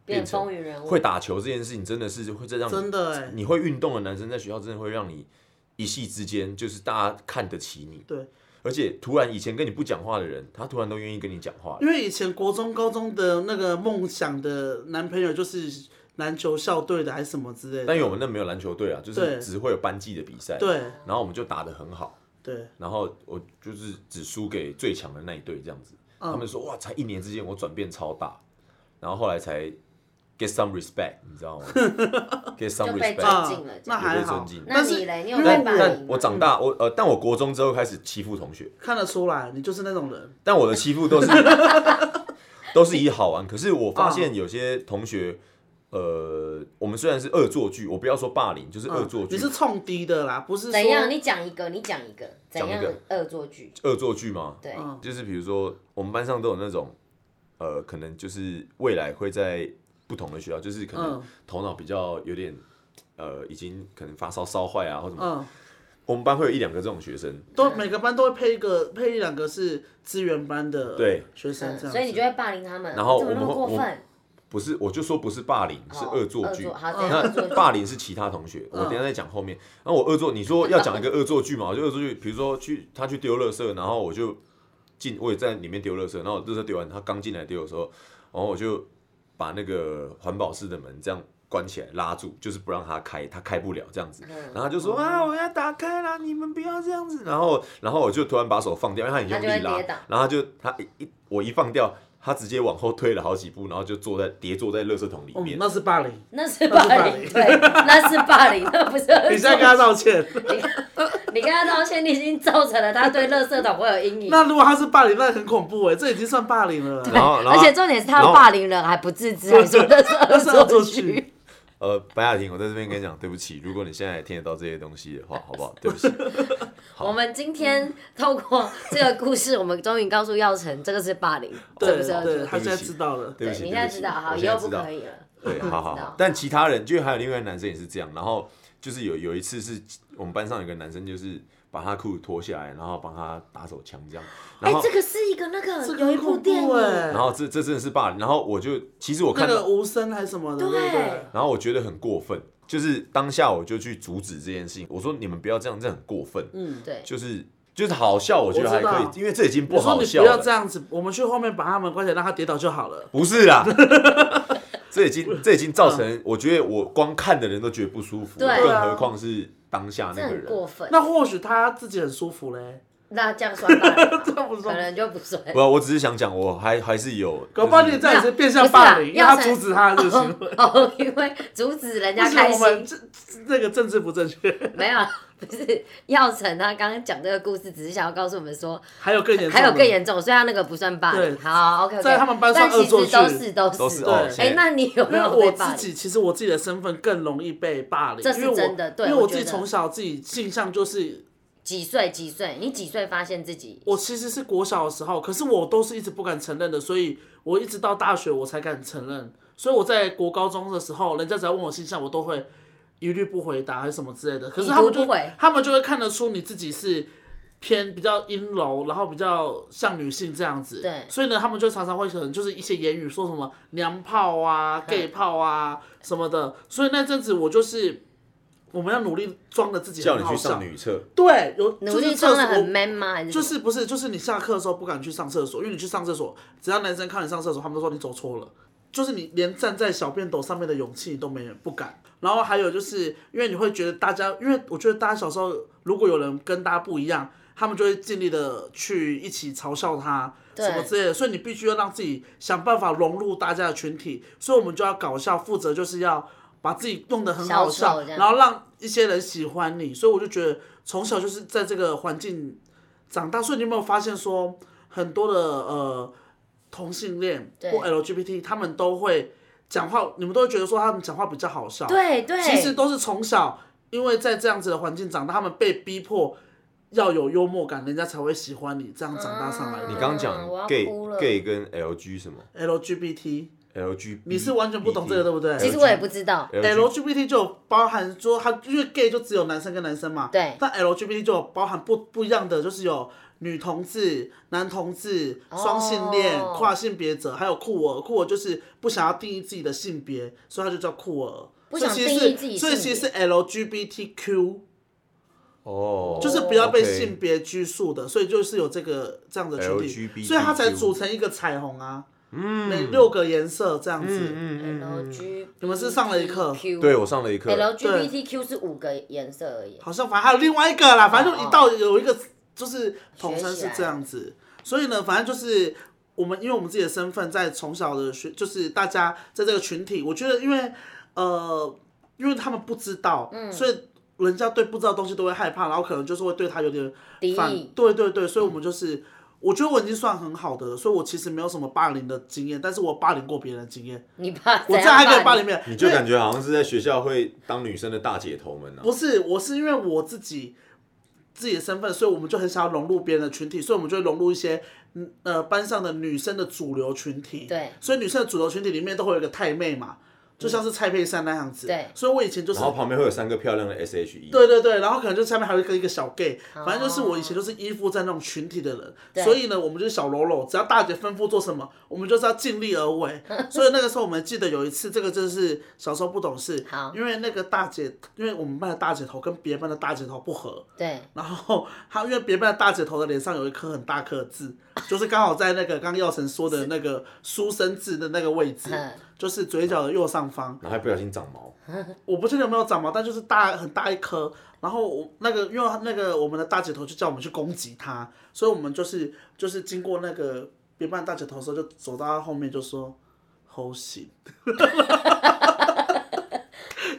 [SPEAKER 3] 变
[SPEAKER 4] 变成
[SPEAKER 3] 风云人物，
[SPEAKER 4] 会打球这件事情，真的是会再让你
[SPEAKER 2] 真的哎，
[SPEAKER 4] 你会运动的男生在学校真的会让你一夕之间就是大家看得起你，
[SPEAKER 2] 对，
[SPEAKER 4] 而且突然以前跟你不讲话的人，他突然都愿意跟你讲话了。
[SPEAKER 2] 因为以前国中、高中的那个梦想的男朋友就是篮球校队的还是什么之类
[SPEAKER 4] 但
[SPEAKER 2] 的，
[SPEAKER 4] 因为我们那没有篮球队啊，就
[SPEAKER 2] 对
[SPEAKER 4] 是只会有班级的比赛，
[SPEAKER 2] 对
[SPEAKER 4] 然后我们就打得很好，
[SPEAKER 2] 对，
[SPEAKER 4] 然后我就是只输给最强
[SPEAKER 2] 嗯
[SPEAKER 4] 的那一队这样子。他们说哇，才一年之间我转变超大，然后后来才 get some respect，你知 道吗？get some
[SPEAKER 3] 就被
[SPEAKER 4] respect，
[SPEAKER 3] 尊敬了
[SPEAKER 2] 啊
[SPEAKER 3] 这
[SPEAKER 2] 那
[SPEAKER 3] 样
[SPEAKER 2] 还
[SPEAKER 4] 有被
[SPEAKER 2] 好
[SPEAKER 4] 尊敬。
[SPEAKER 3] 那
[SPEAKER 2] 但是
[SPEAKER 3] 你嘞你有
[SPEAKER 2] 因为
[SPEAKER 3] 被
[SPEAKER 4] 但
[SPEAKER 3] 霸
[SPEAKER 2] 我
[SPEAKER 3] 凌
[SPEAKER 4] 但我长大，我呃，但我国中之后开始欺负同学，
[SPEAKER 2] 看得出来，你就是那种人。
[SPEAKER 4] 但我的欺 负都是都是以好玩。可是我发
[SPEAKER 2] 嗯
[SPEAKER 4] 现有些同学，呃，我们虽然是恶作剧，我不要说霸凌，就是恶作
[SPEAKER 2] 嗯你
[SPEAKER 4] 剧，
[SPEAKER 2] 是冲低的啦，不是
[SPEAKER 3] 怎样？
[SPEAKER 2] 说
[SPEAKER 3] 你讲一个，你讲一个，怎
[SPEAKER 4] 讲一
[SPEAKER 3] 样
[SPEAKER 4] 个
[SPEAKER 3] 恶作剧？
[SPEAKER 4] 恶作剧嘛。
[SPEAKER 3] 对，
[SPEAKER 2] 嗯
[SPEAKER 4] 就是比如说，我们班上都有那种，呃，可能就是未来会在不同的学校，就是可能
[SPEAKER 2] 嗯
[SPEAKER 4] 头脑比较有点，呃，已经可能发烧烧坏啊，或什么。
[SPEAKER 2] 嗯，
[SPEAKER 4] 我们班会有一两个这种学生，
[SPEAKER 2] 都每个班都会配一个配一两个是资源班的
[SPEAKER 4] 对
[SPEAKER 2] 学生
[SPEAKER 3] 嗯
[SPEAKER 2] 这样子，
[SPEAKER 3] 所以你就会霸凌他们，
[SPEAKER 4] 然后
[SPEAKER 3] 你怎么那么
[SPEAKER 4] 我们
[SPEAKER 3] 过
[SPEAKER 4] 会
[SPEAKER 3] 分？
[SPEAKER 4] 不是，我就说不是霸凌，是
[SPEAKER 3] 哦
[SPEAKER 4] 恶作剧。
[SPEAKER 3] 好，怎 样恶作
[SPEAKER 4] 那
[SPEAKER 3] 剧？
[SPEAKER 4] 霸凌是其他同学，
[SPEAKER 3] 嗯
[SPEAKER 4] 我等一下再讲后面。然后我恶作，你说要讲一个恶作剧嘛？我就恶作剧， 比如说去他去丢垃圾，然后我就进，我也在里面丢垃圾，然后我垃圾丢完，他刚进来丢的时候，然后我就把那个环保室的门这样关起来拉住，就是不让他开，他开不了这样子。
[SPEAKER 3] 嗯
[SPEAKER 4] 然后他就说啊，我要打开啦，你们不要这样子。然后，然后我就突然把手放掉，因为他很用力
[SPEAKER 3] 他就会
[SPEAKER 4] 拉
[SPEAKER 3] 跌倒，
[SPEAKER 4] 然后他就他一一我一放掉。他直接往后退了好几步，然后就坐在叠坐在垃圾桶里
[SPEAKER 2] 嗯
[SPEAKER 4] 面，。
[SPEAKER 2] 那是霸 凌，
[SPEAKER 3] 那是霸凌，对，那是霸凌，那不是恶作剧。
[SPEAKER 2] 你现在跟他道歉。
[SPEAKER 3] 你跟他道歉，你已经造成了他对垃圾桶会有阴影。
[SPEAKER 2] 那如果他是霸凌，那很恐怖哎，这已经算霸凌了。
[SPEAKER 4] 然后，然
[SPEAKER 3] 而
[SPEAKER 4] 后
[SPEAKER 3] 且重点是他霸凌人还不自知，还说那是恶
[SPEAKER 2] 是恶
[SPEAKER 3] 作
[SPEAKER 2] 作
[SPEAKER 3] 剧
[SPEAKER 2] 剧。
[SPEAKER 4] 呃，白雅婷，我在这边跟你讲，对不起，如果你现在还听得到这些东西的话，好 不好？对不起，
[SPEAKER 3] 我们今天透过这个故事，我们终于告诉耀成，这个是霸凌，这
[SPEAKER 2] 对
[SPEAKER 3] 不是恶作
[SPEAKER 2] 对，
[SPEAKER 3] 剧。
[SPEAKER 2] 他现在知道了。
[SPEAKER 4] 对不起，
[SPEAKER 3] 你现
[SPEAKER 4] 对
[SPEAKER 3] 在
[SPEAKER 4] 不起
[SPEAKER 3] 知道，好，
[SPEAKER 4] 我
[SPEAKER 3] 以
[SPEAKER 4] 现在
[SPEAKER 3] 后不
[SPEAKER 4] 知道
[SPEAKER 3] 可。以了。
[SPEAKER 4] 对，好好
[SPEAKER 3] 知
[SPEAKER 4] 好
[SPEAKER 3] 道。
[SPEAKER 4] 但其他人，就还有另外一个男生也是这样。然后就是有有一次是我们班上有个男生，就是把他裤子脱下来，然后帮他打手枪这样。然
[SPEAKER 3] 哎
[SPEAKER 4] 后，，
[SPEAKER 3] 这个是一个那
[SPEAKER 2] 这
[SPEAKER 3] 个
[SPEAKER 2] 个
[SPEAKER 3] 有一部电
[SPEAKER 2] 很恐怖
[SPEAKER 3] 影，
[SPEAKER 2] 哎
[SPEAKER 4] 然后这这真的是霸凌。然后我就其实我
[SPEAKER 2] 那
[SPEAKER 4] 看
[SPEAKER 2] 个
[SPEAKER 4] 到，
[SPEAKER 2] 无声还是什么的，对不
[SPEAKER 3] 对
[SPEAKER 2] 对？
[SPEAKER 4] 然后我觉得很过分，就是当下我就去阻止这件事情，我说你们不要这样，这很过分。
[SPEAKER 2] 嗯，
[SPEAKER 3] 对，
[SPEAKER 4] 就是就是好笑，我觉得还可
[SPEAKER 2] 我知
[SPEAKER 4] 以，
[SPEAKER 2] 道
[SPEAKER 4] 因为这已经不
[SPEAKER 2] 我说
[SPEAKER 4] 好
[SPEAKER 2] 你
[SPEAKER 4] 笑
[SPEAKER 2] 不要
[SPEAKER 4] 了
[SPEAKER 2] 这。样子，我们去后面把他们关起来，让他跌倒就好 了。
[SPEAKER 4] 不是啦，这已经这已经造成，我觉得我光看的人都觉得不舒服，
[SPEAKER 3] 嗯对啊
[SPEAKER 4] 更何况是当下
[SPEAKER 3] 这
[SPEAKER 4] 那个
[SPEAKER 3] 很过
[SPEAKER 4] 人。
[SPEAKER 3] 分。
[SPEAKER 2] 那或许他自己很舒服嘞，
[SPEAKER 3] 那这样算霸凌吗？
[SPEAKER 2] 这不
[SPEAKER 3] 可
[SPEAKER 2] 算。
[SPEAKER 3] 能就不算。
[SPEAKER 4] 不，啊我只是想讲，我还还是有，
[SPEAKER 2] 搞不好
[SPEAKER 4] 就
[SPEAKER 2] 你
[SPEAKER 4] 是
[SPEAKER 2] 这样也是变相霸凌，因
[SPEAKER 3] 不是
[SPEAKER 2] 为
[SPEAKER 3] 啊
[SPEAKER 2] 他
[SPEAKER 3] 要是
[SPEAKER 2] 阻止他的行为。
[SPEAKER 3] 哦，因为阻止人
[SPEAKER 2] 不
[SPEAKER 3] 家
[SPEAKER 2] 是
[SPEAKER 3] 开
[SPEAKER 2] 我
[SPEAKER 3] 心
[SPEAKER 2] 们。这这个政治不正确，
[SPEAKER 3] 没有，不是耀成他刚刚讲这个故事，只是想要告诉我们说，
[SPEAKER 2] 还有更严重的，
[SPEAKER 3] 还有更严重，所以他那个不算霸凌。
[SPEAKER 2] 对
[SPEAKER 3] 好，OK，, o k
[SPEAKER 2] 在他们班算恶作剧
[SPEAKER 3] 但其实都是
[SPEAKER 4] 都
[SPEAKER 3] 都
[SPEAKER 4] 是
[SPEAKER 3] 是。
[SPEAKER 4] 哦
[SPEAKER 2] 对，
[SPEAKER 3] 哎、
[SPEAKER 4] 现在
[SPEAKER 3] 那你有没
[SPEAKER 2] 那
[SPEAKER 3] 有
[SPEAKER 2] 我
[SPEAKER 3] 被霸
[SPEAKER 2] 自己
[SPEAKER 3] 凌？
[SPEAKER 2] 其实我自己的身份更容易被霸凌，
[SPEAKER 3] 这是
[SPEAKER 2] 因为我
[SPEAKER 3] 真的对
[SPEAKER 2] 因为
[SPEAKER 3] 我
[SPEAKER 2] 我
[SPEAKER 3] 觉
[SPEAKER 2] 自
[SPEAKER 3] 得
[SPEAKER 2] 己从小自己性向就是，
[SPEAKER 3] 几岁？几岁？你几岁发现自己？
[SPEAKER 2] 我其实是国小的时候，可是我都是一直不敢承认的，所以我一直到大学我才敢承认。所以我在国高中的时候，人家只要问我性向，我都会一律不回答还是什么之类的。可是他们
[SPEAKER 3] 已读
[SPEAKER 2] 就
[SPEAKER 3] 不回
[SPEAKER 2] 他们就会看得出你自己是偏比较阴柔，然后比较像女性这样子。
[SPEAKER 3] 对
[SPEAKER 2] 所以呢，他们就常常会可能就是一些言语说什么娘炮啊、gay 炮啊什么的。所以那阵子我就是。我们要努力装的自己
[SPEAKER 4] 叫
[SPEAKER 2] 很
[SPEAKER 4] 你
[SPEAKER 2] 好
[SPEAKER 4] 去
[SPEAKER 2] 笑，
[SPEAKER 4] 上女厕，
[SPEAKER 2] 对，有
[SPEAKER 3] 努
[SPEAKER 2] 就
[SPEAKER 3] 力
[SPEAKER 2] 是厕
[SPEAKER 3] 装的
[SPEAKER 2] 所
[SPEAKER 3] 很 man 吗？还是
[SPEAKER 2] 就
[SPEAKER 3] 什么
[SPEAKER 2] 是不是就是你下课的时候不敢去上厕所，因为你去上厕所，只要男生看你上厕所，他们都说你走错了。就是你连站在小便斗上面的勇气你都没有，不敢。然后还有就是因为你会觉得大家，因为我觉得大家小时候如果有人跟大家不一样，他们就会尽力的去一起嘲笑他
[SPEAKER 3] 对
[SPEAKER 2] 什么之类的，所以你必须要让自己想办法融入大家的群体。所以我们就要搞笑，负责就是要把自己弄得很好
[SPEAKER 3] 小
[SPEAKER 2] 笑
[SPEAKER 3] 丑，这样
[SPEAKER 2] 然后让一些人喜欢你。所以我就觉得从小就是在这个环境长大，所以你有没有发现说，很多的呃同性恋
[SPEAKER 3] 对
[SPEAKER 2] 或 LGBT，他们都会讲话，你们都会觉得说他们讲话比较好笑。，
[SPEAKER 3] 对对，
[SPEAKER 2] 其实都是从小因为在这样子的环境长大，他们被逼迫要有幽默感，人家才会喜欢你，这样长大上来的。
[SPEAKER 3] 啊
[SPEAKER 4] 你刚刚
[SPEAKER 3] 嗯我要
[SPEAKER 4] 讲 gay
[SPEAKER 3] 哭了
[SPEAKER 4] gay 跟 LG 什么
[SPEAKER 2] LGBT，
[SPEAKER 4] 嗯 LG，
[SPEAKER 2] 你是完全不懂这个对不对
[SPEAKER 3] 其实我也不知道。
[SPEAKER 2] LGBT 就有包含说，它因为 gay 就只有男生跟男生嘛，
[SPEAKER 3] 对
[SPEAKER 2] 但 LGBT 就有包含不不一样的，就是有女同志、男同志、双性恋、
[SPEAKER 3] 哦
[SPEAKER 2] 跨性别者，还有酷儿。酷儿就是不想要定义自己的性别，所以它就叫酷儿。
[SPEAKER 3] 不想
[SPEAKER 2] 所以其实
[SPEAKER 3] 定义自己
[SPEAKER 2] 是所以
[SPEAKER 3] 性
[SPEAKER 2] 其
[SPEAKER 3] 别
[SPEAKER 2] 实是 LGBTQ，
[SPEAKER 4] 哦，
[SPEAKER 2] 就是不要被
[SPEAKER 4] OK
[SPEAKER 2] 性别拘束的，所以就是有这个这样的群体，
[SPEAKER 4] LGBTQ
[SPEAKER 2] 所以它才组成一个彩虹啊，嗯，每六个颜色这样子。
[SPEAKER 4] 嗯嗯嗯，
[SPEAKER 3] LG，
[SPEAKER 2] 你们是上了一课
[SPEAKER 4] 对
[SPEAKER 3] 对
[SPEAKER 4] 我上了一课，
[SPEAKER 3] ，LGBTQ 是五个颜色而已。
[SPEAKER 2] 好像反正还有另外一个啦，反正就
[SPEAKER 3] 哦
[SPEAKER 2] 一到有一个就是统称是这样子，所以呢，反正就是我们因为我们自己的身份，在从小的学，就是大家在这个群体，我觉得因为呃，因为他们不知道，所以人家对不知道的东西都会害怕，然后可能就是会对他有点
[SPEAKER 3] 敌
[SPEAKER 2] 反
[SPEAKER 3] 意，
[SPEAKER 2] 对对对，所以我们就是。我觉得我已经算很好的了，所以我其实没有什么霸凌的经验，但是我霸凌过别人的经验，
[SPEAKER 3] 你怕
[SPEAKER 2] 我
[SPEAKER 3] 怎
[SPEAKER 2] 这样还
[SPEAKER 3] 样
[SPEAKER 2] 可以霸
[SPEAKER 3] 霸
[SPEAKER 2] 凌
[SPEAKER 3] 凌？
[SPEAKER 2] 别人，
[SPEAKER 4] 你就
[SPEAKER 2] 因为
[SPEAKER 4] 感觉好像是在学校会当女生的大姐头们啊。
[SPEAKER 2] 不是，我是因为我自己自己的身份，所以我们就很想要融入别人的群体，所以我们就会融入一些嗯呃班上的女生的主流群体。
[SPEAKER 3] 对，
[SPEAKER 2] 所以女生的主流群体里面都会有一个太妹嘛，就像是蔡佩珊那样子。
[SPEAKER 3] 对
[SPEAKER 2] 所以我以前就是
[SPEAKER 4] 然后旁边会有三个漂亮的 S H E，
[SPEAKER 2] 对对对，然后可能就下面还会跟一个小 gay，反正
[SPEAKER 3] 哦
[SPEAKER 2] 就是我以前就是依附在那种群体的人，所以呢，我们就是小喽啰，只要大姐吩咐做什么，我们就是要尽力而 为。所以那个时候我们记得有一次，这个就是小时候不懂事
[SPEAKER 3] 好，
[SPEAKER 2] 因为那个大姐，因为我们班的大姐头跟别班的大姐头不合，
[SPEAKER 3] 对，
[SPEAKER 2] 然后她因为别班的大姐头的脸上有一颗很大颗的痣，就是刚好在那个刚刚耀成说的那个书生痣的那个位置
[SPEAKER 3] 嗯，
[SPEAKER 2] 就是嘴角的右上方。
[SPEAKER 4] 然后还不小心长毛，
[SPEAKER 2] 我不确定有没有长毛，但就是大很大一颗。然后我那个，因为那个我们的大姐头就叫我们去攻击他，所以我们就是就是经过那个别班大姐头的时候，就走到他后面就说吼醒，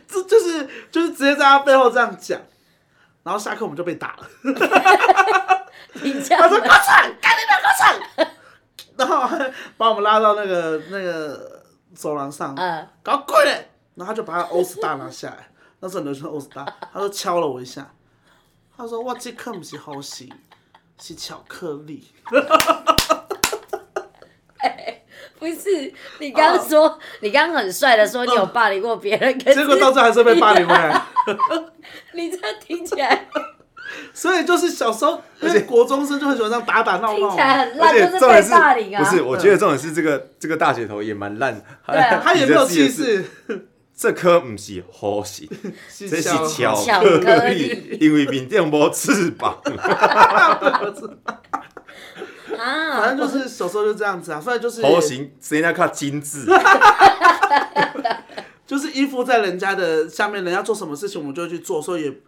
[SPEAKER 2] 这就是就是直接在他背后这样讲。然后下课我们就被打了，
[SPEAKER 3] 你这
[SPEAKER 2] 他
[SPEAKER 3] 样
[SPEAKER 2] 说高产，干你娘高产，然后还把我们拉到那个那个走廊上，
[SPEAKER 3] 呃，
[SPEAKER 2] 搞鬼嘞！然后他就把他欧斯达拿下来， 那时候流行欧斯达，他说敲了我一下，他说我这颗不是好心，是巧克 力。
[SPEAKER 3] 不
[SPEAKER 2] 哦
[SPEAKER 3] 是，你刚刚说，你刚刚很帅的说你有霸凌过别人，可
[SPEAKER 2] 嗯结果
[SPEAKER 3] 是
[SPEAKER 2] 到最后还是被霸凌回 来，
[SPEAKER 3] 你这听起来
[SPEAKER 2] 所以就是小时候，因为国中生就很喜欢这样打打闹
[SPEAKER 3] 听
[SPEAKER 2] 闹
[SPEAKER 3] 起。来很烂，
[SPEAKER 4] 而且
[SPEAKER 3] 就是
[SPEAKER 4] 重点
[SPEAKER 3] 被
[SPEAKER 4] 是
[SPEAKER 3] 霸凌啊。
[SPEAKER 4] 不是？我觉得重点是这个这个大姐头也蛮烂，
[SPEAKER 3] 对啊
[SPEAKER 2] 他也没有
[SPEAKER 4] 自己
[SPEAKER 2] 气
[SPEAKER 4] 的是，
[SPEAKER 2] 势，
[SPEAKER 4] 这颗不是好型，
[SPEAKER 2] 这
[SPEAKER 4] 这是巧
[SPEAKER 3] 巧克
[SPEAKER 4] 克
[SPEAKER 3] 力
[SPEAKER 4] 力，因为缅甸没翅膀。
[SPEAKER 3] 啊，
[SPEAKER 2] 反正就是小时候就这样子啊，反正就是
[SPEAKER 4] 头型谁那看精致，
[SPEAKER 2] 就是依附在人家的下面，人家做什么事情我们就会去做，所以也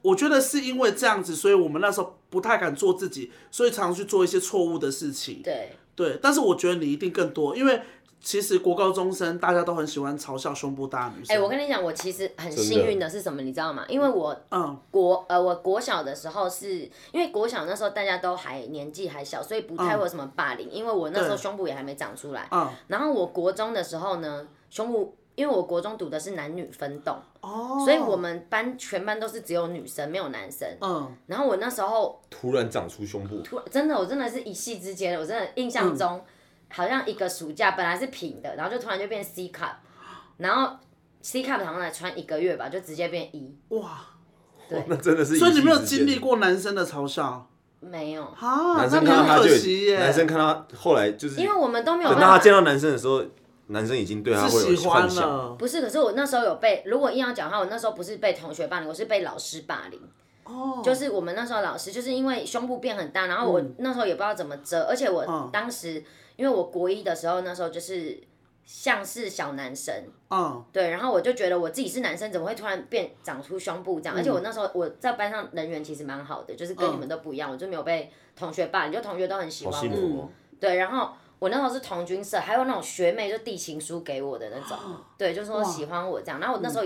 [SPEAKER 2] 我觉得是因为这样子，所以我们那时候不太敢做自己，所以常常去做一些错误的事情。
[SPEAKER 3] 对，
[SPEAKER 2] 对，但是我觉得你一定更多，因为其实国高中生大家都很喜欢嘲笑胸部大的女
[SPEAKER 3] 哎、
[SPEAKER 2] 生。
[SPEAKER 3] 我跟你讲，我其实很幸运的是什么，你知道吗？因为我
[SPEAKER 2] 嗯，
[SPEAKER 3] 国呃，我国小的时候是因为国小那时候大家都还年纪还小，所以不太会有什么霸凌，因为我那时
[SPEAKER 2] 嗯
[SPEAKER 3] 候
[SPEAKER 2] 对
[SPEAKER 3] 胸部也还没长出来。
[SPEAKER 2] 嗯
[SPEAKER 3] 然后我国中的时候呢，胸部因为我国中读的是男女分栋，
[SPEAKER 2] 哦，
[SPEAKER 3] 所以我们班全班都是只有女生，没有男生。
[SPEAKER 2] 嗯
[SPEAKER 3] 然后我那时候
[SPEAKER 4] 突然长出胸部，
[SPEAKER 3] 突然真的，我真的是一夕之间，我真的印
[SPEAKER 2] 嗯
[SPEAKER 3] 象中、好像一个暑假本来是平的，然后就突然就变 C cup，然后 C cup 好像才穿一个月吧，就直接变一、
[SPEAKER 2] 哇，哦
[SPEAKER 3] 对，
[SPEAKER 4] 那真的是。
[SPEAKER 2] 所以你没有经历，过男生的嘲笑
[SPEAKER 3] 没有，
[SPEAKER 2] 啊？
[SPEAKER 4] 男生
[SPEAKER 2] 那
[SPEAKER 4] 看
[SPEAKER 2] 你
[SPEAKER 4] 到
[SPEAKER 2] 很
[SPEAKER 4] 他
[SPEAKER 2] 可
[SPEAKER 4] 就
[SPEAKER 2] 惜
[SPEAKER 4] 已，
[SPEAKER 2] 耶。
[SPEAKER 4] 男生看到他后来就是，
[SPEAKER 3] 因为
[SPEAKER 4] 等
[SPEAKER 3] 我们都没有啊
[SPEAKER 4] 到
[SPEAKER 3] 办
[SPEAKER 4] 他
[SPEAKER 3] 法。
[SPEAKER 4] 见到男生的时候，男生已经对他会
[SPEAKER 2] 是
[SPEAKER 4] 有
[SPEAKER 2] 喜欢啊嗯
[SPEAKER 4] 幻想。
[SPEAKER 2] 了
[SPEAKER 3] 不是，可是我那时候有被，如果硬要讲的话，我那时候不是被同学霸凌，我是被老师霸凌。
[SPEAKER 2] 哦，
[SPEAKER 3] 就是我们那时候老师，就是因为胸部变很大，然后我那时候也不知道怎么遮，而且我
[SPEAKER 2] 嗯
[SPEAKER 3] 当时因为我国一的时候，那时候就是像是小男生，
[SPEAKER 2] 嗯
[SPEAKER 3] 对，然后我就觉得我自己是男生，怎么会突然变长出胸部这样？
[SPEAKER 2] 嗯
[SPEAKER 3] 而且我那时候我在班上人缘其实蛮好的，就是跟你们都不一样，我就没有被同学霸凌，就同学都很喜
[SPEAKER 4] 好
[SPEAKER 3] 欢
[SPEAKER 4] 幸
[SPEAKER 3] 我。
[SPEAKER 2] 嗯
[SPEAKER 4] 福哦！
[SPEAKER 3] 对，然后我那时候是童军社，还有那种学妹就递情书给我的那种，对，就说喜欢我这样。然后我那时候、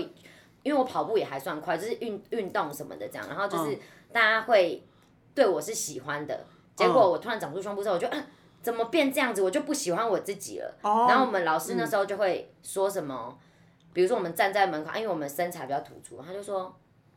[SPEAKER 3] 因为我跑步也还算快，就是运运动什么的这样，然后就是大家会对我是喜欢的。结果我突然长出胸部之后，我就、啊怎么变这样子，我就不喜欢我自己了。
[SPEAKER 2] 哦
[SPEAKER 3] 然后我们老师那时候就会说什么，比如说我们站在门口，啊因为我们身材比较突出，他就说。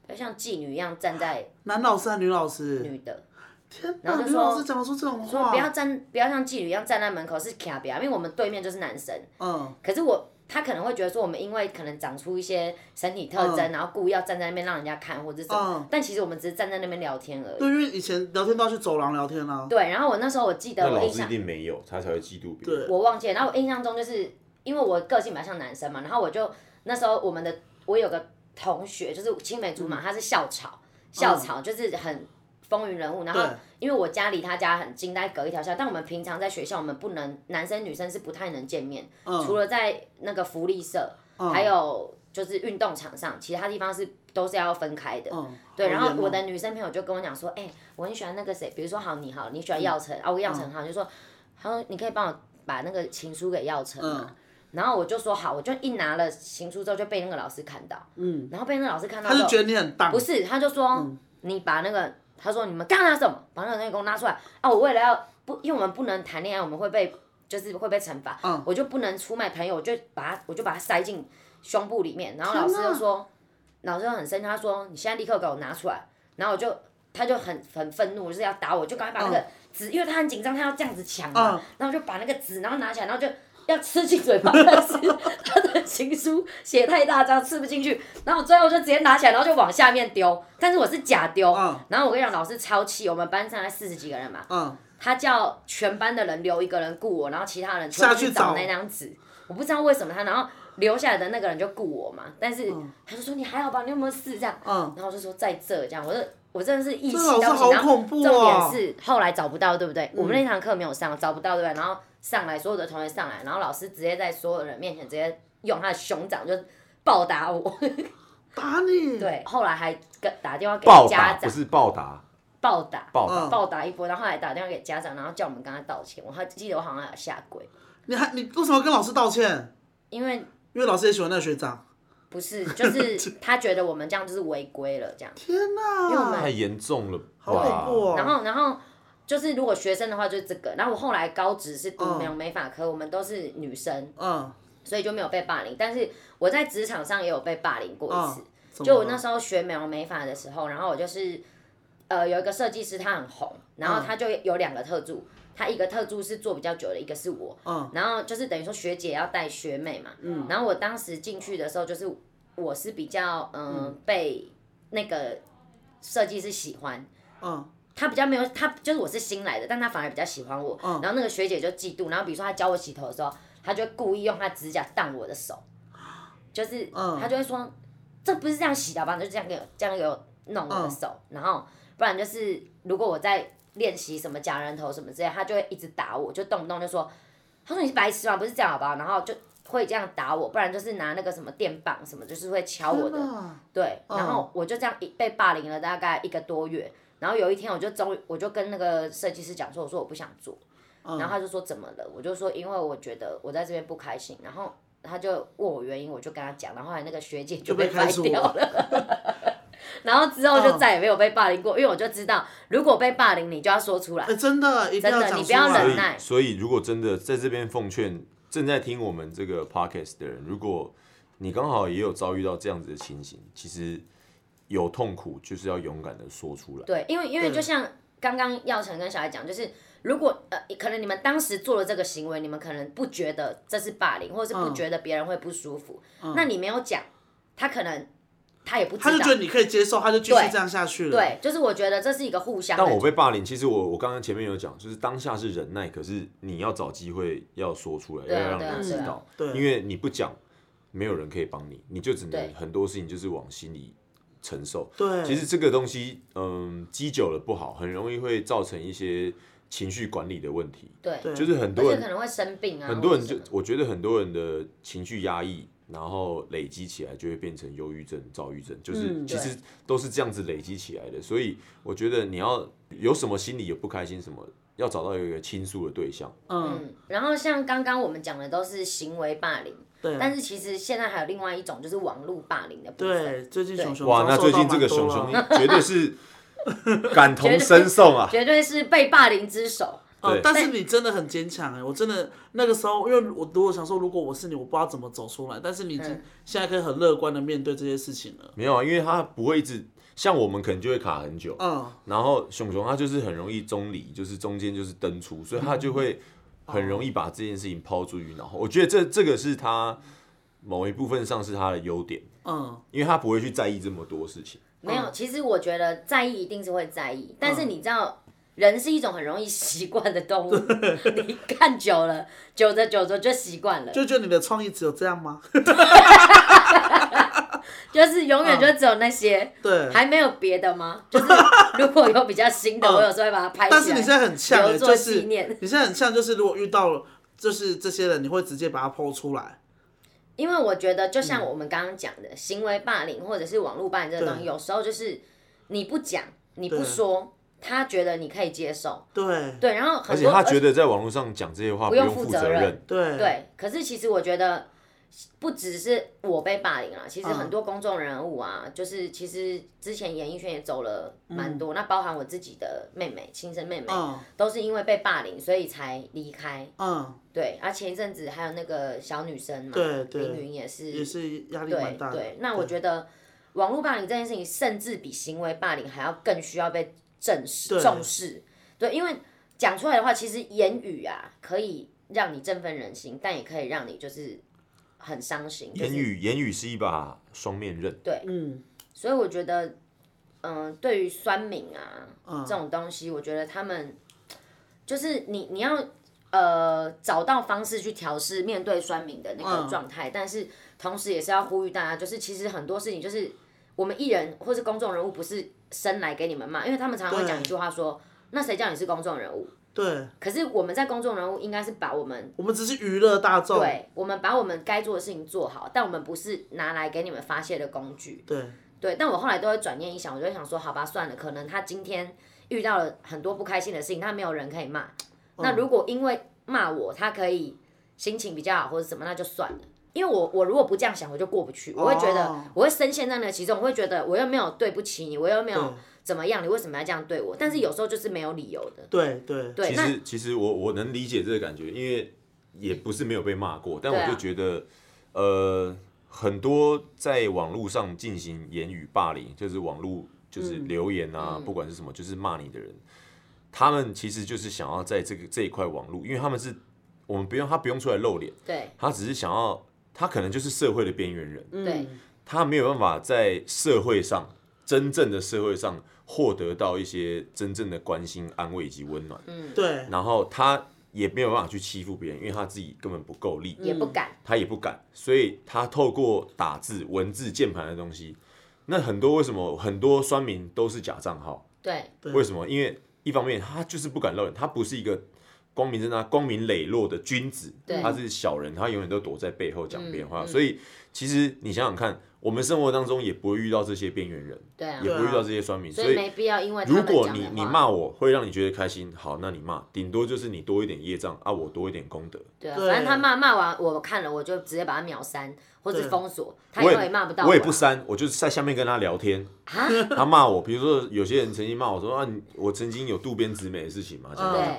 [SPEAKER 3] 要像妓女一样站在
[SPEAKER 2] 男老师还是女老师？
[SPEAKER 3] 女的，
[SPEAKER 2] 天哪，
[SPEAKER 3] 然后就
[SPEAKER 2] 女
[SPEAKER 3] 说
[SPEAKER 2] 老师讲得出这种
[SPEAKER 3] 说
[SPEAKER 2] 话
[SPEAKER 3] 不，要站，不要像妓女一样站在门口是卡比亚，因为我们对面就是男生，
[SPEAKER 2] 嗯，
[SPEAKER 3] 可是我他可能会觉得说，我们因为可能长出一些身体特征，然后故意要站在那边让人家看或者什么，
[SPEAKER 2] 嗯
[SPEAKER 3] 但其实我们只是站在那边聊天而已。
[SPEAKER 2] 对，因为以前聊天都要去走廊聊天啊。
[SPEAKER 3] 对，然后我那时候我记得
[SPEAKER 4] 那
[SPEAKER 3] 我
[SPEAKER 4] 老
[SPEAKER 3] 印
[SPEAKER 4] 师一
[SPEAKER 3] 象
[SPEAKER 4] 定没有，他才会嫉妒别人。
[SPEAKER 2] 对，
[SPEAKER 3] 我忘记了，然后我印象中就是因为我个性比较像男生嘛，然后我就那时候我们的我有个同学就是青梅竹马，他是校草，校草就是很风云人物，然后
[SPEAKER 2] 对
[SPEAKER 3] 因为我家离他家很近，大概隔一条校，但我们平常在学校我们不能男生女生是不太能见面，除了在那个福利社，还有就是运动场上，其他地方是都是要分开的。
[SPEAKER 2] 嗯，
[SPEAKER 3] 对，
[SPEAKER 2] 好
[SPEAKER 3] 然后
[SPEAKER 2] 严哦
[SPEAKER 3] 我
[SPEAKER 2] 嗯
[SPEAKER 3] 的女生朋友就跟我讲说，哎、我很喜欢那个谁，比如说好你好，你喜欢耀成，啊，我耀成好，就说他说你可以帮我把那个情书给耀成吗？
[SPEAKER 2] 嗯
[SPEAKER 3] 然后我就说好，我就一拿了情书之后就被那个老师看到，
[SPEAKER 2] 嗯，
[SPEAKER 3] 然后被那个老师看到
[SPEAKER 2] 他
[SPEAKER 3] 之
[SPEAKER 2] 是
[SPEAKER 3] 后，
[SPEAKER 2] 觉得你很荡，
[SPEAKER 3] 不是，他就说、
[SPEAKER 2] 嗯
[SPEAKER 3] 你把那个，他说你们刚拿什么，把那个东西给我拿出来啊！我为了要不，因为我们不能谈恋爱，我们会被就是会被惩罚，
[SPEAKER 2] 嗯
[SPEAKER 3] 我就不能出卖朋友，我就把它我就把它塞进胸部里面，然后
[SPEAKER 2] 天
[SPEAKER 3] 老师就
[SPEAKER 2] 哪
[SPEAKER 3] 说，老师就很生气，他说你现在立刻给我拿出来，然后我就。他就很很愤怒，就是要打我，就赶快把那个纸，因为他很紧张，他要这样子抢嘛，
[SPEAKER 2] 嗯
[SPEAKER 3] 然后就把那个纸，然后拿起来，然后就要吃进嘴巴，但是他的情书写太大张，吃不进去。然后我最后就直接拿起来，然后就往下面丢，但是我是假丢。
[SPEAKER 2] 嗯
[SPEAKER 3] 然后我跟你讲，老师超气，我们班上才四十几个人嘛，
[SPEAKER 2] 嗯，
[SPEAKER 3] 他叫全班的人留一个人雇我，然后其他人全
[SPEAKER 2] 下
[SPEAKER 3] 部
[SPEAKER 2] 去
[SPEAKER 3] 去
[SPEAKER 2] 找
[SPEAKER 3] 找那张纸。我不知道为什么他，然后留下来的那个人就雇我嘛，但是他就说你还好吧，你有没有事这样？
[SPEAKER 2] 嗯
[SPEAKER 3] 然后我就说在这这样，我就我真的是一气
[SPEAKER 2] 这老师
[SPEAKER 3] 到紧，
[SPEAKER 2] 好
[SPEAKER 3] 然后
[SPEAKER 2] 恐怖
[SPEAKER 3] 重
[SPEAKER 2] 哦
[SPEAKER 3] 点是后来找不到，对不
[SPEAKER 4] 嗯
[SPEAKER 3] 对？我们那堂课没有上，找不到，对不对？然后上来所有的同学上来，然后老师直接在所有人面前直接用他的熊掌就暴打 我，
[SPEAKER 2] 打你，，
[SPEAKER 3] 对，后来还跟打电话给
[SPEAKER 4] 暴
[SPEAKER 3] 家
[SPEAKER 4] 打不
[SPEAKER 3] 长
[SPEAKER 4] 是暴打，
[SPEAKER 3] 暴打。
[SPEAKER 4] 暴打。
[SPEAKER 2] 嗯
[SPEAKER 3] 暴打一波，然后后来打电话给家长，然后叫我们跟他道歉。我还记得我好像还有下跪，
[SPEAKER 2] 你还你为什么要跟老师道歉？
[SPEAKER 3] 因为
[SPEAKER 2] 因为老师也喜欢那个学长。
[SPEAKER 3] 不是，就是他觉得我们这样就是违规了这样。
[SPEAKER 2] 天哪，
[SPEAKER 3] 因为我们
[SPEAKER 4] 太严重了吧？
[SPEAKER 2] 好恐怖哦。
[SPEAKER 3] 然后，然后就是如果学生的话就是这个。然后我后来高职是
[SPEAKER 4] 嗯
[SPEAKER 3] 读美容美发科，我们都是女生，
[SPEAKER 2] 嗯，
[SPEAKER 3] 所以就没有被霸凌。但是我在职场上也有被霸凌过一次。
[SPEAKER 2] 嗯怎么
[SPEAKER 3] 就我
[SPEAKER 2] 了
[SPEAKER 3] 那时候学美容美发的时候，然后我就是呃有一个设计师，他很红，然后他就有两个特助，他一个特助是做比较久的，一个是我，
[SPEAKER 2] 嗯
[SPEAKER 3] 然后就是等于说学姐要带学妹嘛，然后我当时进去的时候，就是我是比较、嗯被那个设计师喜欢，
[SPEAKER 2] 嗯
[SPEAKER 3] 他比较没有，他就是我是新来的，但他反而比较喜欢我。
[SPEAKER 2] 嗯
[SPEAKER 3] 然后那个学姐就嫉妒，然后比如说她教我洗头的时候，她就故意用她指甲挡我的手，就是
[SPEAKER 2] 嗯
[SPEAKER 3] 她就会说，这不是这样洗的吧？就这样给我这样给我弄我的手，
[SPEAKER 2] 嗯
[SPEAKER 3] 然后不然就是如果我在练习什么假人头什么之类，她就会一直打我，就动不动就说，她说你是白痴吗？不是这样好不好？然后就会这样打我，不然就是拿那个什么电棒什么，就是会敲我的
[SPEAKER 2] 天哪
[SPEAKER 3] 对，
[SPEAKER 2] 嗯
[SPEAKER 3] 然后我就这样一被霸凌了大概一个多月，然后有一天我就终于我就跟那个设计师讲说，我说我不想做，然后他就说怎么了？我就说因为我觉得我在这边不开心，然后他就问我原因，我就跟他讲，然后后来那个学姐
[SPEAKER 2] 就
[SPEAKER 3] 就
[SPEAKER 2] 被
[SPEAKER 3] 被
[SPEAKER 2] 开
[SPEAKER 3] 开
[SPEAKER 2] 除
[SPEAKER 3] 掉了。 嗯然后之后就再也没有被霸凌过，因为我就知道，如果被霸凌，你就要说出来
[SPEAKER 2] 哎、。真的一定要
[SPEAKER 3] 真的
[SPEAKER 2] 讲
[SPEAKER 3] 你
[SPEAKER 2] 出
[SPEAKER 3] 不要
[SPEAKER 2] 来
[SPEAKER 4] 所
[SPEAKER 3] 忍
[SPEAKER 4] 以
[SPEAKER 3] 耐，
[SPEAKER 4] 所以如果真的在这边奉劝正在听我们这个 podcast 的人，如果你刚好也有遭遇到这样子的情形，其实有痛苦就是要勇敢的说出来。
[SPEAKER 3] 对，因为因为
[SPEAKER 2] 对
[SPEAKER 3] 就像刚刚耀成跟小孩讲，就是如果呃，可能你们当时做了这个行为，你们可能不觉得这是霸凌，或者是不
[SPEAKER 2] 嗯
[SPEAKER 3] 觉得别人会不舒服，那你没有讲，他可能他也不知
[SPEAKER 2] 他
[SPEAKER 3] 道
[SPEAKER 2] 就。觉得你可以接受，他就继续
[SPEAKER 3] 对
[SPEAKER 2] 这样下去了。，
[SPEAKER 3] 对，就是我觉得这是一个互相的。
[SPEAKER 4] 但我被霸凌，其实我我刚刚前面有讲，就是当下是忍耐，可是你要找机会要说出来，
[SPEAKER 3] 对啊
[SPEAKER 4] 要让
[SPEAKER 3] 对啊
[SPEAKER 4] 人嗯知
[SPEAKER 3] 对啊
[SPEAKER 4] 道，
[SPEAKER 2] 对
[SPEAKER 4] 因为你不讲，没有人可以帮你，你就只能
[SPEAKER 3] 对
[SPEAKER 4] 很多事情就是往心里承受。
[SPEAKER 2] 对
[SPEAKER 4] 其实这个东西，嗯，积久了不好，很容易会造成一些情绪管理的问题。
[SPEAKER 3] 对，
[SPEAKER 2] 对
[SPEAKER 4] 就是很
[SPEAKER 3] 而
[SPEAKER 4] 多
[SPEAKER 3] 且可
[SPEAKER 4] 人，
[SPEAKER 3] 能会生病啊，
[SPEAKER 4] 很多人
[SPEAKER 3] 或者
[SPEAKER 4] 就
[SPEAKER 3] 什么
[SPEAKER 4] 我觉得很多人的情绪压抑，然后累积起来就会变成忧郁症、躁郁症，就是
[SPEAKER 2] 嗯
[SPEAKER 4] 其实都是这样子累积起来的。所以我觉得你要有什么心里有不开心什么，要找到一个倾诉的对象。
[SPEAKER 2] 嗯，
[SPEAKER 3] 嗯，然后像刚刚我们讲的都是行为霸凌，
[SPEAKER 2] 对啊
[SPEAKER 3] 但是其实现在还有另外一种就是网络霸凌的部分。
[SPEAKER 2] 对，最近熊熊
[SPEAKER 4] 哇，那
[SPEAKER 2] 遭受
[SPEAKER 4] 最
[SPEAKER 2] 到
[SPEAKER 4] 近这
[SPEAKER 2] 蛮
[SPEAKER 4] 个
[SPEAKER 2] 多
[SPEAKER 4] 熊
[SPEAKER 2] 了
[SPEAKER 4] 熊
[SPEAKER 3] 嗯
[SPEAKER 4] 绝对是感同身受 啊！
[SPEAKER 3] 绝对是被霸凌之首。
[SPEAKER 2] 哦
[SPEAKER 4] 对，
[SPEAKER 2] 但是你真的很坚强哎！我真的那个时候，因为我如果想说，如果我是你，我不知道怎么走出来。但是你已经
[SPEAKER 3] 嗯
[SPEAKER 2] 现在可以很乐观的面对这些事情了。
[SPEAKER 4] 没有啊，因为他不会一直像我们可能就会卡很久，
[SPEAKER 2] 嗯，
[SPEAKER 4] 然后熊熊它就是很容易中离，就是中间就是登出，所以它就会很容易把这件事情抛诸于脑后。我觉得这这个是它某一部分上是它的优点，
[SPEAKER 2] 嗯，
[SPEAKER 4] 因为它不会去在意这么多事情。
[SPEAKER 3] 没有，其实我觉得在意一定是会在意，但
[SPEAKER 2] 嗯
[SPEAKER 3] 是你知道，人是一种很容易习惯的 动物，你看久了，久着久着就习惯了，
[SPEAKER 2] 就觉得你的创意只有这样吗？
[SPEAKER 3] 就是永
[SPEAKER 2] 嗯
[SPEAKER 3] 远就只有那些，
[SPEAKER 2] 对，
[SPEAKER 3] 还没有别的吗？ 就是如果有比较新的，
[SPEAKER 2] 嗯
[SPEAKER 3] 我有时候会把它拍起来，
[SPEAKER 2] 但是你现在很像欸
[SPEAKER 3] 留
[SPEAKER 2] 就
[SPEAKER 3] 作
[SPEAKER 2] 是
[SPEAKER 3] 纪念。
[SPEAKER 2] 你现在很像，就是如果遇到了就是这些人，你会直接把它剖出来。
[SPEAKER 3] 因为我觉得，就
[SPEAKER 2] 嗯
[SPEAKER 3] 像我们刚刚讲的，行为霸凌或者是网络霸凌这个东西，
[SPEAKER 2] 对
[SPEAKER 3] 有时候就是你不讲，你不说，他觉得你可以接受，
[SPEAKER 2] 对
[SPEAKER 3] 对，然后
[SPEAKER 4] 而
[SPEAKER 3] 很
[SPEAKER 4] 且
[SPEAKER 3] 多
[SPEAKER 4] 他觉得在网络上讲这些话
[SPEAKER 3] 不用
[SPEAKER 4] 用
[SPEAKER 3] 负
[SPEAKER 4] 负
[SPEAKER 3] 责
[SPEAKER 4] 责
[SPEAKER 3] 任
[SPEAKER 4] 任，
[SPEAKER 2] 对
[SPEAKER 3] 对，可是其实我觉得不只是我被霸凌啊，其实
[SPEAKER 2] 嗯
[SPEAKER 3] 很多公众人物啊，就是其实之前演艺圈也走了蛮多，那包含我自己的妹妹，亲生妹妹，
[SPEAKER 2] 嗯
[SPEAKER 3] 都是因为被霸凌，所以才离开。
[SPEAKER 2] 嗯，
[SPEAKER 3] 对，而、啊、前一阵子还有那个小女生嘛，
[SPEAKER 2] 对对
[SPEAKER 3] 凌云也是，
[SPEAKER 2] 也是压力蛮
[SPEAKER 3] 对
[SPEAKER 2] 大的。
[SPEAKER 3] 对。那我觉得网络霸凌这件事情，甚至比行为霸凌还要更需要被正视
[SPEAKER 2] 对
[SPEAKER 3] 重视。对，因为讲出来的话，其实言语啊，可以让你振奋人心，但也可以让你就是很伤心。就是
[SPEAKER 4] 言语言语是一把双面刃，
[SPEAKER 2] 嗯
[SPEAKER 3] 所以我觉得，嗯、对于酸民啊、
[SPEAKER 2] 嗯
[SPEAKER 3] 这种东西，我觉得他们就是你你要呃找到方式去调试面对酸民的那
[SPEAKER 2] 嗯
[SPEAKER 3] 个状态，但是同时也是要呼吁大家，就是其实很多事情就是我们艺人或是公众人物不是生来给你们骂，因为他们常常会
[SPEAKER 2] 对
[SPEAKER 3] 讲一句话说，那谁叫你是公众人物？
[SPEAKER 2] 对，
[SPEAKER 3] 可是我们在公众人物应该是把我们
[SPEAKER 2] 我们只是娱乐大众。
[SPEAKER 3] 对我们把我们该做的事情做好，但我们不是拿来给你们发泄的工具。
[SPEAKER 2] 对
[SPEAKER 3] 对，但我后来都会转念一想，我就会想说，好吧，算了，可能他今天遇到了很多不开心的事情，他没有人可以骂。那
[SPEAKER 4] 嗯
[SPEAKER 3] 如果因为骂我，他可以心情比较好或者什么，那就算了。因为我我如果不这样想，我就过不去，我会觉得、
[SPEAKER 2] 哦
[SPEAKER 3] 我会深陷在那其中，我会觉得我又没有对不起你，我又没有怎么样，你为什么要这样对我？但是有时候就是没有理由的。
[SPEAKER 2] 对对
[SPEAKER 3] 对，
[SPEAKER 4] 其
[SPEAKER 3] 那
[SPEAKER 4] 实其实我我能理解这个感觉，因为也不是没有被骂过，但
[SPEAKER 3] 对啊
[SPEAKER 4] 我就觉得，呃，很多在网络上进行言语霸凌，就是网络就是
[SPEAKER 3] 嗯
[SPEAKER 4] 留言啊，不管是什么，就是骂你的人，他们其实就是想要在这个这一块网络，因为他们是我们不用他不用出来露脸，
[SPEAKER 3] 对
[SPEAKER 4] 他只是想要他可能就是社会的边缘人，
[SPEAKER 3] 对
[SPEAKER 2] 嗯
[SPEAKER 4] 他没有办法在社会上真正的社会上获得到一些真正的关心、安慰以及温暖。
[SPEAKER 3] 嗯
[SPEAKER 2] 对
[SPEAKER 4] 然后他也没有办法去欺负别人，因为他自己根本不够力，
[SPEAKER 3] 也不敢，
[SPEAKER 4] 他也不敢，所以他透过打字、文字、键盘的东西，那很多为什么很多酸民都是假账号？
[SPEAKER 3] 对
[SPEAKER 2] 对
[SPEAKER 4] 为什么？因为一方面他就是不敢露脸，他不是一个光明正大、光明磊落的君子
[SPEAKER 3] 对，嗯
[SPEAKER 4] 他是小人，他永远都躲在背后讲别人话。所以其实你想想看，我们生活当中也不会遇到这些边缘人，
[SPEAKER 3] 对啊
[SPEAKER 4] 也，不会遇到这些酸民，
[SPEAKER 3] 所
[SPEAKER 4] 所
[SPEAKER 3] 以
[SPEAKER 4] 以
[SPEAKER 3] 没必要因为他
[SPEAKER 4] 如
[SPEAKER 3] 们
[SPEAKER 4] 果
[SPEAKER 3] 讲
[SPEAKER 4] 你
[SPEAKER 3] 的
[SPEAKER 4] 你
[SPEAKER 3] 话
[SPEAKER 4] 骂我会让你觉得开心，好，那你骂，顶多就是你多一点业障啊，我多一点功德，
[SPEAKER 3] 对啊，
[SPEAKER 2] 对
[SPEAKER 3] 反正他骂骂完，我看了我就直接把他秒删或者
[SPEAKER 2] 对
[SPEAKER 3] 封锁，他
[SPEAKER 4] 我
[SPEAKER 3] 以后也骂不到
[SPEAKER 4] 我也
[SPEAKER 3] 啊
[SPEAKER 4] 不删，我就是在下面跟他聊天，
[SPEAKER 3] 啊，
[SPEAKER 4] 他骂我，比如说有些人曾经骂我说啊，你我曾经有渡边直美的事情嘛，讲
[SPEAKER 3] 嗯
[SPEAKER 4] 到
[SPEAKER 2] 嗯
[SPEAKER 3] 对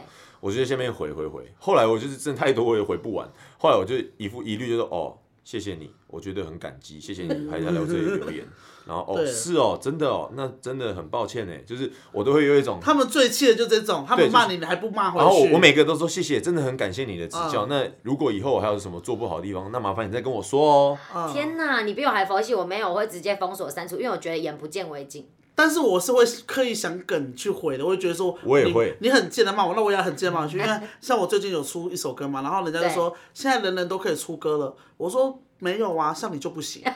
[SPEAKER 4] 我就在下面回回回，后来我就是真的太多我也回不完，后来我就一副一律就说哦。谢谢你，我觉得很感激，谢谢
[SPEAKER 3] 嗯
[SPEAKER 4] 你还在来我这里留言。然后 哦，
[SPEAKER 2] 对
[SPEAKER 4] 是哦，真的哦，那真的很抱歉呢，欸就是我都会有一种
[SPEAKER 2] 他们最气的就这种，他
[SPEAKER 4] 对
[SPEAKER 2] 们
[SPEAKER 4] 就是
[SPEAKER 2] 骂你，你还不骂回去。
[SPEAKER 4] 然后我我每个都说谢谢，真的很感谢你的指教。
[SPEAKER 2] 嗯
[SPEAKER 4] 那如果以后我还有什么做不好的地方，那麻烦你再跟我说哦。
[SPEAKER 2] 嗯
[SPEAKER 3] 天哪，你比我还佛系，我没有，我会直接封锁删除，因为我觉得眼不见为净。
[SPEAKER 2] 但是我是会刻意想梗去回的，我就觉得说，
[SPEAKER 4] 我也会，
[SPEAKER 2] 你，你很贱的骂我，那我也很贱地骂回去。因为像我最近有出一首歌嘛，然后人家就说现在人人都可以出歌了，我说没有啊，像你就不行，
[SPEAKER 3] 那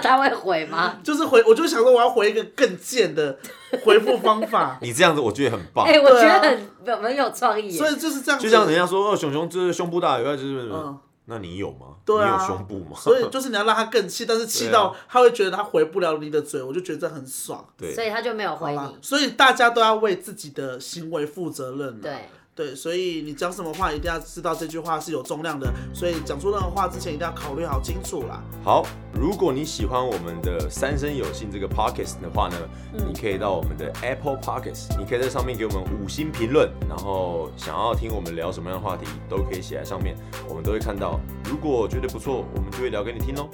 [SPEAKER 3] 他会回吗？
[SPEAKER 2] 就是回，我就想说我要回一个更贱的 回复方法
[SPEAKER 4] 你这样子我觉得很棒。
[SPEAKER 3] 哎、我觉
[SPEAKER 2] 对啊
[SPEAKER 3] 得很很有创意耶。
[SPEAKER 2] 所以就是这样子，
[SPEAKER 4] 就像人家说哦，熊熊就是胸部大以外就是，
[SPEAKER 2] 嗯
[SPEAKER 4] 那你有吗？
[SPEAKER 2] 对啊
[SPEAKER 4] 你有胸部吗？
[SPEAKER 2] 所以就是你要让他更气，但是气
[SPEAKER 4] 对
[SPEAKER 2] 到他会觉得他回不了你的嘴，我就觉得这很爽。
[SPEAKER 4] 对
[SPEAKER 3] 所以他就没有回
[SPEAKER 2] 好啦
[SPEAKER 3] 你。
[SPEAKER 2] 所以大家都要为自己的行为负责任啊。
[SPEAKER 3] 对，
[SPEAKER 2] 对，所以你讲什么话一定要知道这句话是有重量的，所以讲出任何话之前一定要考虑好清楚啦。
[SPEAKER 4] 好，如果你喜欢我们的《三生有幸》这个 podcast 的话呢，
[SPEAKER 2] 嗯
[SPEAKER 4] 你可以到我们的 Apple Podcast，你可以在上面给我们五星评论，然后想要听我们聊什么样的话题，都可以写在上面，我们都会看到。如果觉得不错，我们就会聊给你听哦。